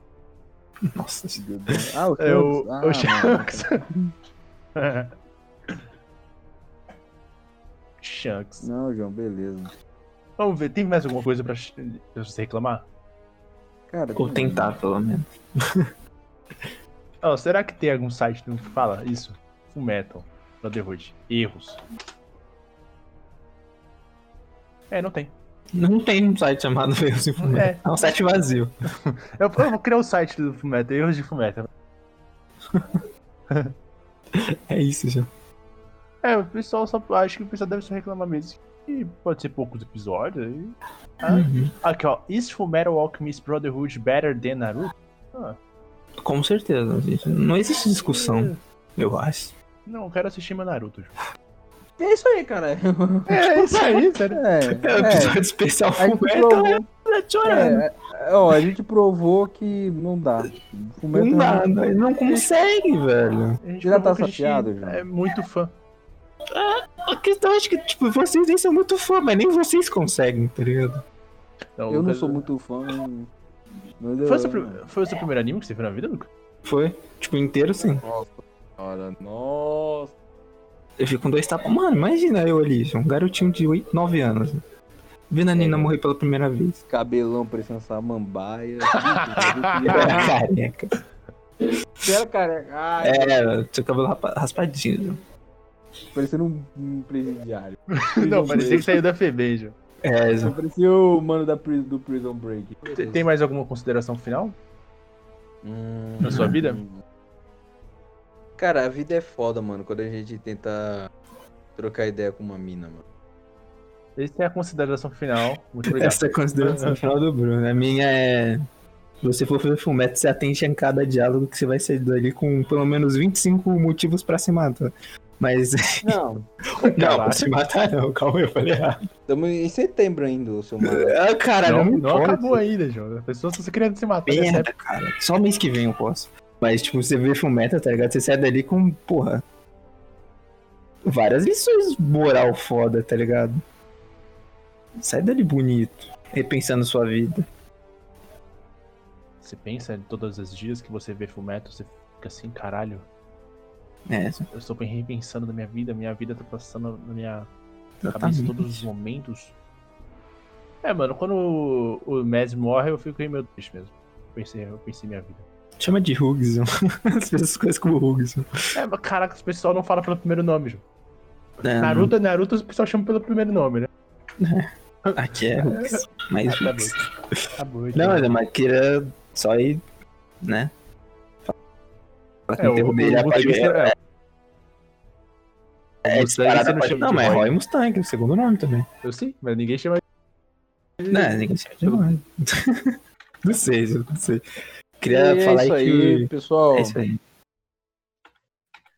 S3: Nossa
S7: Ah, o
S2: É o.
S7: Shanks. Ah,
S2: o
S7: mano.
S2: Shanks. Shanks.
S7: Não, João, beleza.
S2: Vamos ver, tem mais alguma coisa pra, pra você reclamar?
S7: Cara,
S3: Ou tentar, é pelo menos.
S2: Ó, será que tem algum site que não fala isso? Full Metal, Brotherhood, erros. É, não tem.
S3: Não tem um site chamado Erros e Fumeto.
S2: É.
S3: É. um site vazio.
S2: Eu, eu vou criar o site do Full Metal, erros de Full Metal.
S3: É isso, já.
S2: É, o pessoal só acho que o pessoal deve só reclamar mesmo. E pode ser poucos episódios. aí. Ah,
S3: Uhum.
S2: Aqui, ó. Is Full Metal Alchemist Brotherhood better than Naruto?
S3: Com certeza, gente. Não existe discussão, eu acho.
S2: Não, eu quero assistir meu Naruto. Ju.
S7: É isso aí, cara.
S2: É isso aí, sério.
S3: É um
S7: É, é.
S3: episódio especial
S7: A gente
S3: Fumeto,
S7: provou,
S3: é chorando.
S7: é, é, ó, a gente provou que não dá. Fumeta
S3: Não dá, né? ele não consegue, velho.
S2: A gente
S7: Já tá
S2: provou que a gente
S7: saciado, João?
S2: É muito fã.
S3: A questão é que, tipo, vocês nem são muito fã, mas nem vocês conseguem, tá ligado?
S1: É,
S2: Então,
S7: Eu não
S2: Lucas,
S7: sou muito fã. Mas eu
S2: Foi o, seu, prim- foi o seu primeiro anime que você viu na vida, Lucas?
S3: Foi. Tipo, inteiro sim.
S7: Cara, nossa.
S3: Eu fico com dois tapas. Mano, imagina eu ali, um garotinho de 8, 9 anos. Vendo a Nina
S7: É.
S3: morrer pela primeira vez.
S7: Cabelão parecendo
S3: Eu
S7: samambaia.
S3: era
S7: Ah.
S3: careca.
S7: Pera, cara. Ai,
S3: É, seu cabelo rapa- raspadinho.
S7: Parecendo um, um presidiário.
S2: Não, parecia que saiu da FEB, Ju.
S3: É, exato.
S7: Parecia o mano da, pri- do Prison Break.
S2: Te- Tem mais alguma consideração final na sua vida?
S1: Hum.
S7: Uhum.
S1: Cara, a vida é foda, mano, quando a gente tenta trocar ideia com uma mina, mano.
S2: Essa é a consideração final. Muito obrigado.
S3: Essa é a consideração final do Bruno. A minha é. Se você for fazer fumeto, você atende em cada diálogo que você vai sair dali com pelo menos 25 motivos pra se matar. Mas.
S1: Não,
S3: Não,
S2: Caralho.
S3: se matar não, calma, eu falei errado.
S7: Estamos em setembro ainda, ô seu maluco.
S3: Ah, cara,
S2: Não,
S3: não,
S2: não
S3: importa.
S2: acabou ainda, João. A pessoa só se querendo se matar. nessa
S3: Merda,
S2: época.
S3: cara. Só mês que vem eu posso. Mas, tipo, você vê Fullmetal, tá ligado? Você sai dali com, porra. Várias lições moral foda, tá ligado? Sai dali bonito, repensando sua vida.
S2: Você pensa em todos os dias que você vê fumeto, você fica assim, caralho.
S3: É,
S2: Eu estou bem repensando na minha vida, minha vida tá passando na minha cabeça em todos
S3: exatamente.
S2: os momentos. É, mano, quando o, o Mads morre, eu fico meio triste mesmo. Eu pensei, eu pensei minha vida.
S3: Chama de Hugson. As pessoas conhecem como Hugson.
S2: É, mas caraca, os pessoal não falam pelo primeiro nome, João.
S3: É,
S2: Naruto é Naruto, os pessoal chamam pelo primeiro nome, né?
S3: Aqui é Hugson. Mas
S2: Ah, tá
S3: Hugson.
S2: Acabou.
S3: Não,
S2: então.
S3: mas a Maquira só ir, né? Fala que
S2: é,
S3: não
S2: o,
S3: tem
S2: o,
S3: rodeio, ele apaga-
S2: Mustang- é,
S3: é,
S2: o
S3: disparado
S2: Mustang você não
S3: apaga-
S2: né? chama
S3: Não,
S2: de
S3: mas é
S2: Roy.
S3: Roy Mustang, é o segundo nome também.
S2: Eu sei, mas ninguém chama
S3: Não, ninguém sabe de nome. Não sei, eu não sei. Queria
S7: E
S3: falar
S7: é isso aí,
S3: que.
S7: pessoal.
S3: É isso aí.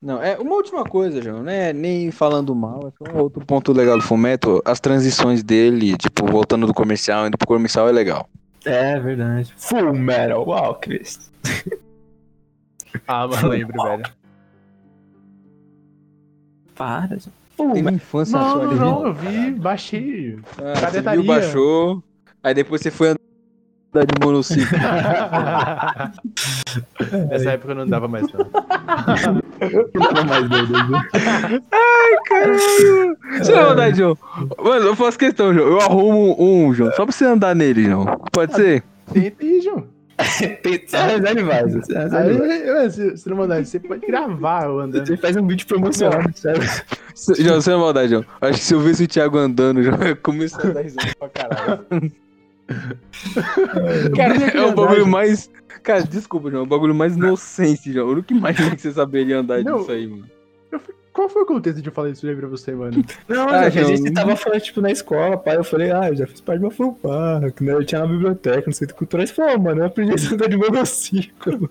S7: Não, é uma última coisa, João, né? Nem falando mal, é só outro ponto legal do Fumeto, as transições dele, tipo, voltando do comercial, indo pro comercial é legal.
S3: É verdade. Full Metal Alchemist.
S2: Ah, mano, lembro, velho.
S3: Para. gente. Full
S7: Tem
S3: Metal.
S7: uma infância na sua
S2: Não,
S7: vida.
S2: não, eu vi, baixei.
S7: Ah,
S2: Cadê
S7: você viu,
S2: Thalia?
S7: baixou, aí depois você foi andar de monociclo.
S2: Nessa época eu não dava mais, não.
S3: Não, mas, meu Deus, né?
S7: Você não andar, João? Mano, eu faço questão, João, eu arrumo um, João, só pra você andar nele, João.
S2: Ah,
S7: Pode ser?
S2: Tenta aí, João.
S3: Pensa, Zé Levi, Zé
S2: Aí,
S3: Levi.
S2: ué, se, se não mandar, você pode gravar eu andando.
S3: Você faz um vídeo promocional, sabe?
S7: João, você é maldade, João. Acho que se eu visse o Thiago andando, João, eu começo a dar risada pra caralho. Cara, é o bagulho mais. Cara, desculpa, João. É o bagulho mais inocente, João. Eu nunca imaginei que você saberia andar
S2: Não.
S7: disso aí, mano.
S2: Qual foi o contexto de eu falar isso aí pra você, mano?
S3: Não,
S7: Ah,
S3: ah, a gente
S7: não.
S3: tava falando, tipo, na escola, pai, eu falei, ah, eu já fiz parte de uma fanfarra, que né, eu tinha na biblioteca, no centro cultural, você falou, "Ô, mano, eu aprendi a andar de monociclo.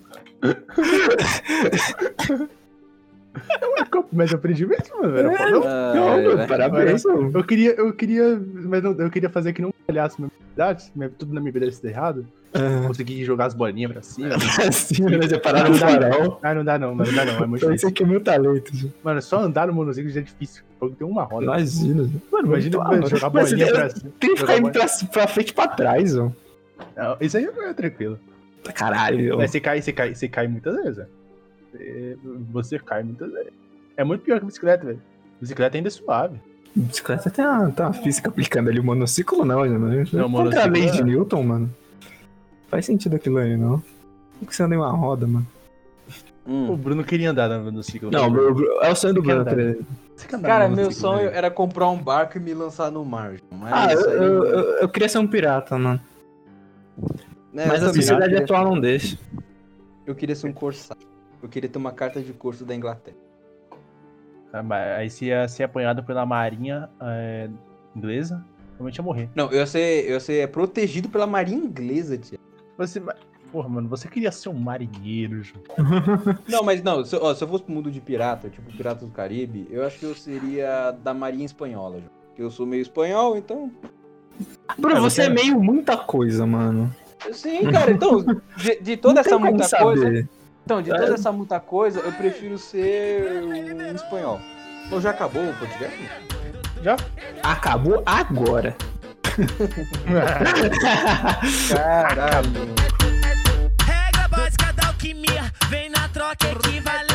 S2: Mas eu aprendi mesmo, mano. Era foda. Eu-
S3: não,
S7: é,
S3: mano,
S7: velho.
S3: parabéns, mano.
S2: Eu queria, eu queria, mas não- eu queria fazer que não falhasse minha habilidade, minha- tudo na minha vida desse errado.
S3: Ah.
S2: Consegui jogar as bolinhas pra cima.
S3: Assim, né, já pararam no farol.
S2: Ah, não dá não, mano, não dá não, é muito
S3: Então isso
S2: difícil.
S3: aqui é meu talento, gente.
S2: Mano, só andar no monociclo já é difícil. O jogo tem uma roda.
S3: imagina. gente. Mano,
S2: Imagina
S3: muito
S2: mano,
S3: alto.
S2: jogar
S3: Mas
S2: bolinha
S3: você
S2: pra cima.
S3: Tem que
S2: jogar
S3: ficar indo
S2: bolinha.
S3: pra, pra frente e pra trás, ó.
S2: Não, Isso aí é tranquilo.
S3: Caralho, ó.
S2: Mas você cai, você cai, você cai muitas vezes, velho. É, Você cai muitas vezes. É muito pior que bicicleta, velho. Bicicleta ainda é suave.
S3: bicicleta tem uma, tem uma física aplicando ali o monociclo, não, né, mano?
S2: Não,
S3: Não, Contra a
S2: monociclo
S3: lei
S2: é-
S3: de Newton, mano. Faz sentido aquilo aí, não. Por que você anda em uma roda, mano?
S7: hum.
S2: O Bruno queria andar no, no ciclo.
S3: Não,
S2: Bruno.
S3: é o sonho do
S2: Bruno,
S3: Bruno.
S2: tá Você quer andar
S7: Cara,
S2: no
S7: meu
S2: ciclo,
S7: sonho
S2: velho?
S7: era comprar um barco e me lançar no mar, João. Mas
S3: né?
S7: é
S3: Ah, eu,
S7: isso aí,
S3: eu, eu- eu queria ser um pirata, mano.
S7: né,
S3: Mas assim, a
S7: eu também, eu
S3: sociedade
S7: queria-
S3: atual não deixa.
S7: Eu queria ser um corsário. Eu queria ter uma carta de curso da Inglaterra.
S2: Ah, mas Aí se ia ser apanhado pela marinha é, inglesa, realmente ia morrer.
S7: Não, eu ia ser, eu ia ser protegido pela marinha inglesa, tia.
S2: Você, mas- porra, mano, você queria ser um marinheiro, Ju.
S7: Não, mas não, se, eu- ó, se eu fosse pro mundo de pirata, tipo Pirata do Caribe, eu acho que eu seria da Marinha Espanhola, João. Porque eu sou meio espanhol, então.
S3: Bruno,
S2: Não,
S3: você é
S2: cara.
S3: meio muita coisa, mano.
S7: Sim, cara, então, de, de toda
S3: Não tem
S7: essa
S3: como
S7: muita
S3: saber.
S7: coisa. Então, de toda
S3: É.
S7: essa muita coisa, eu prefiro ser um espanhol. Ou Então já acabou o podcast?
S3: Acabou agora.
S7: Caralho.
S4: Regra básica da alquimia, vem na troca equivalente.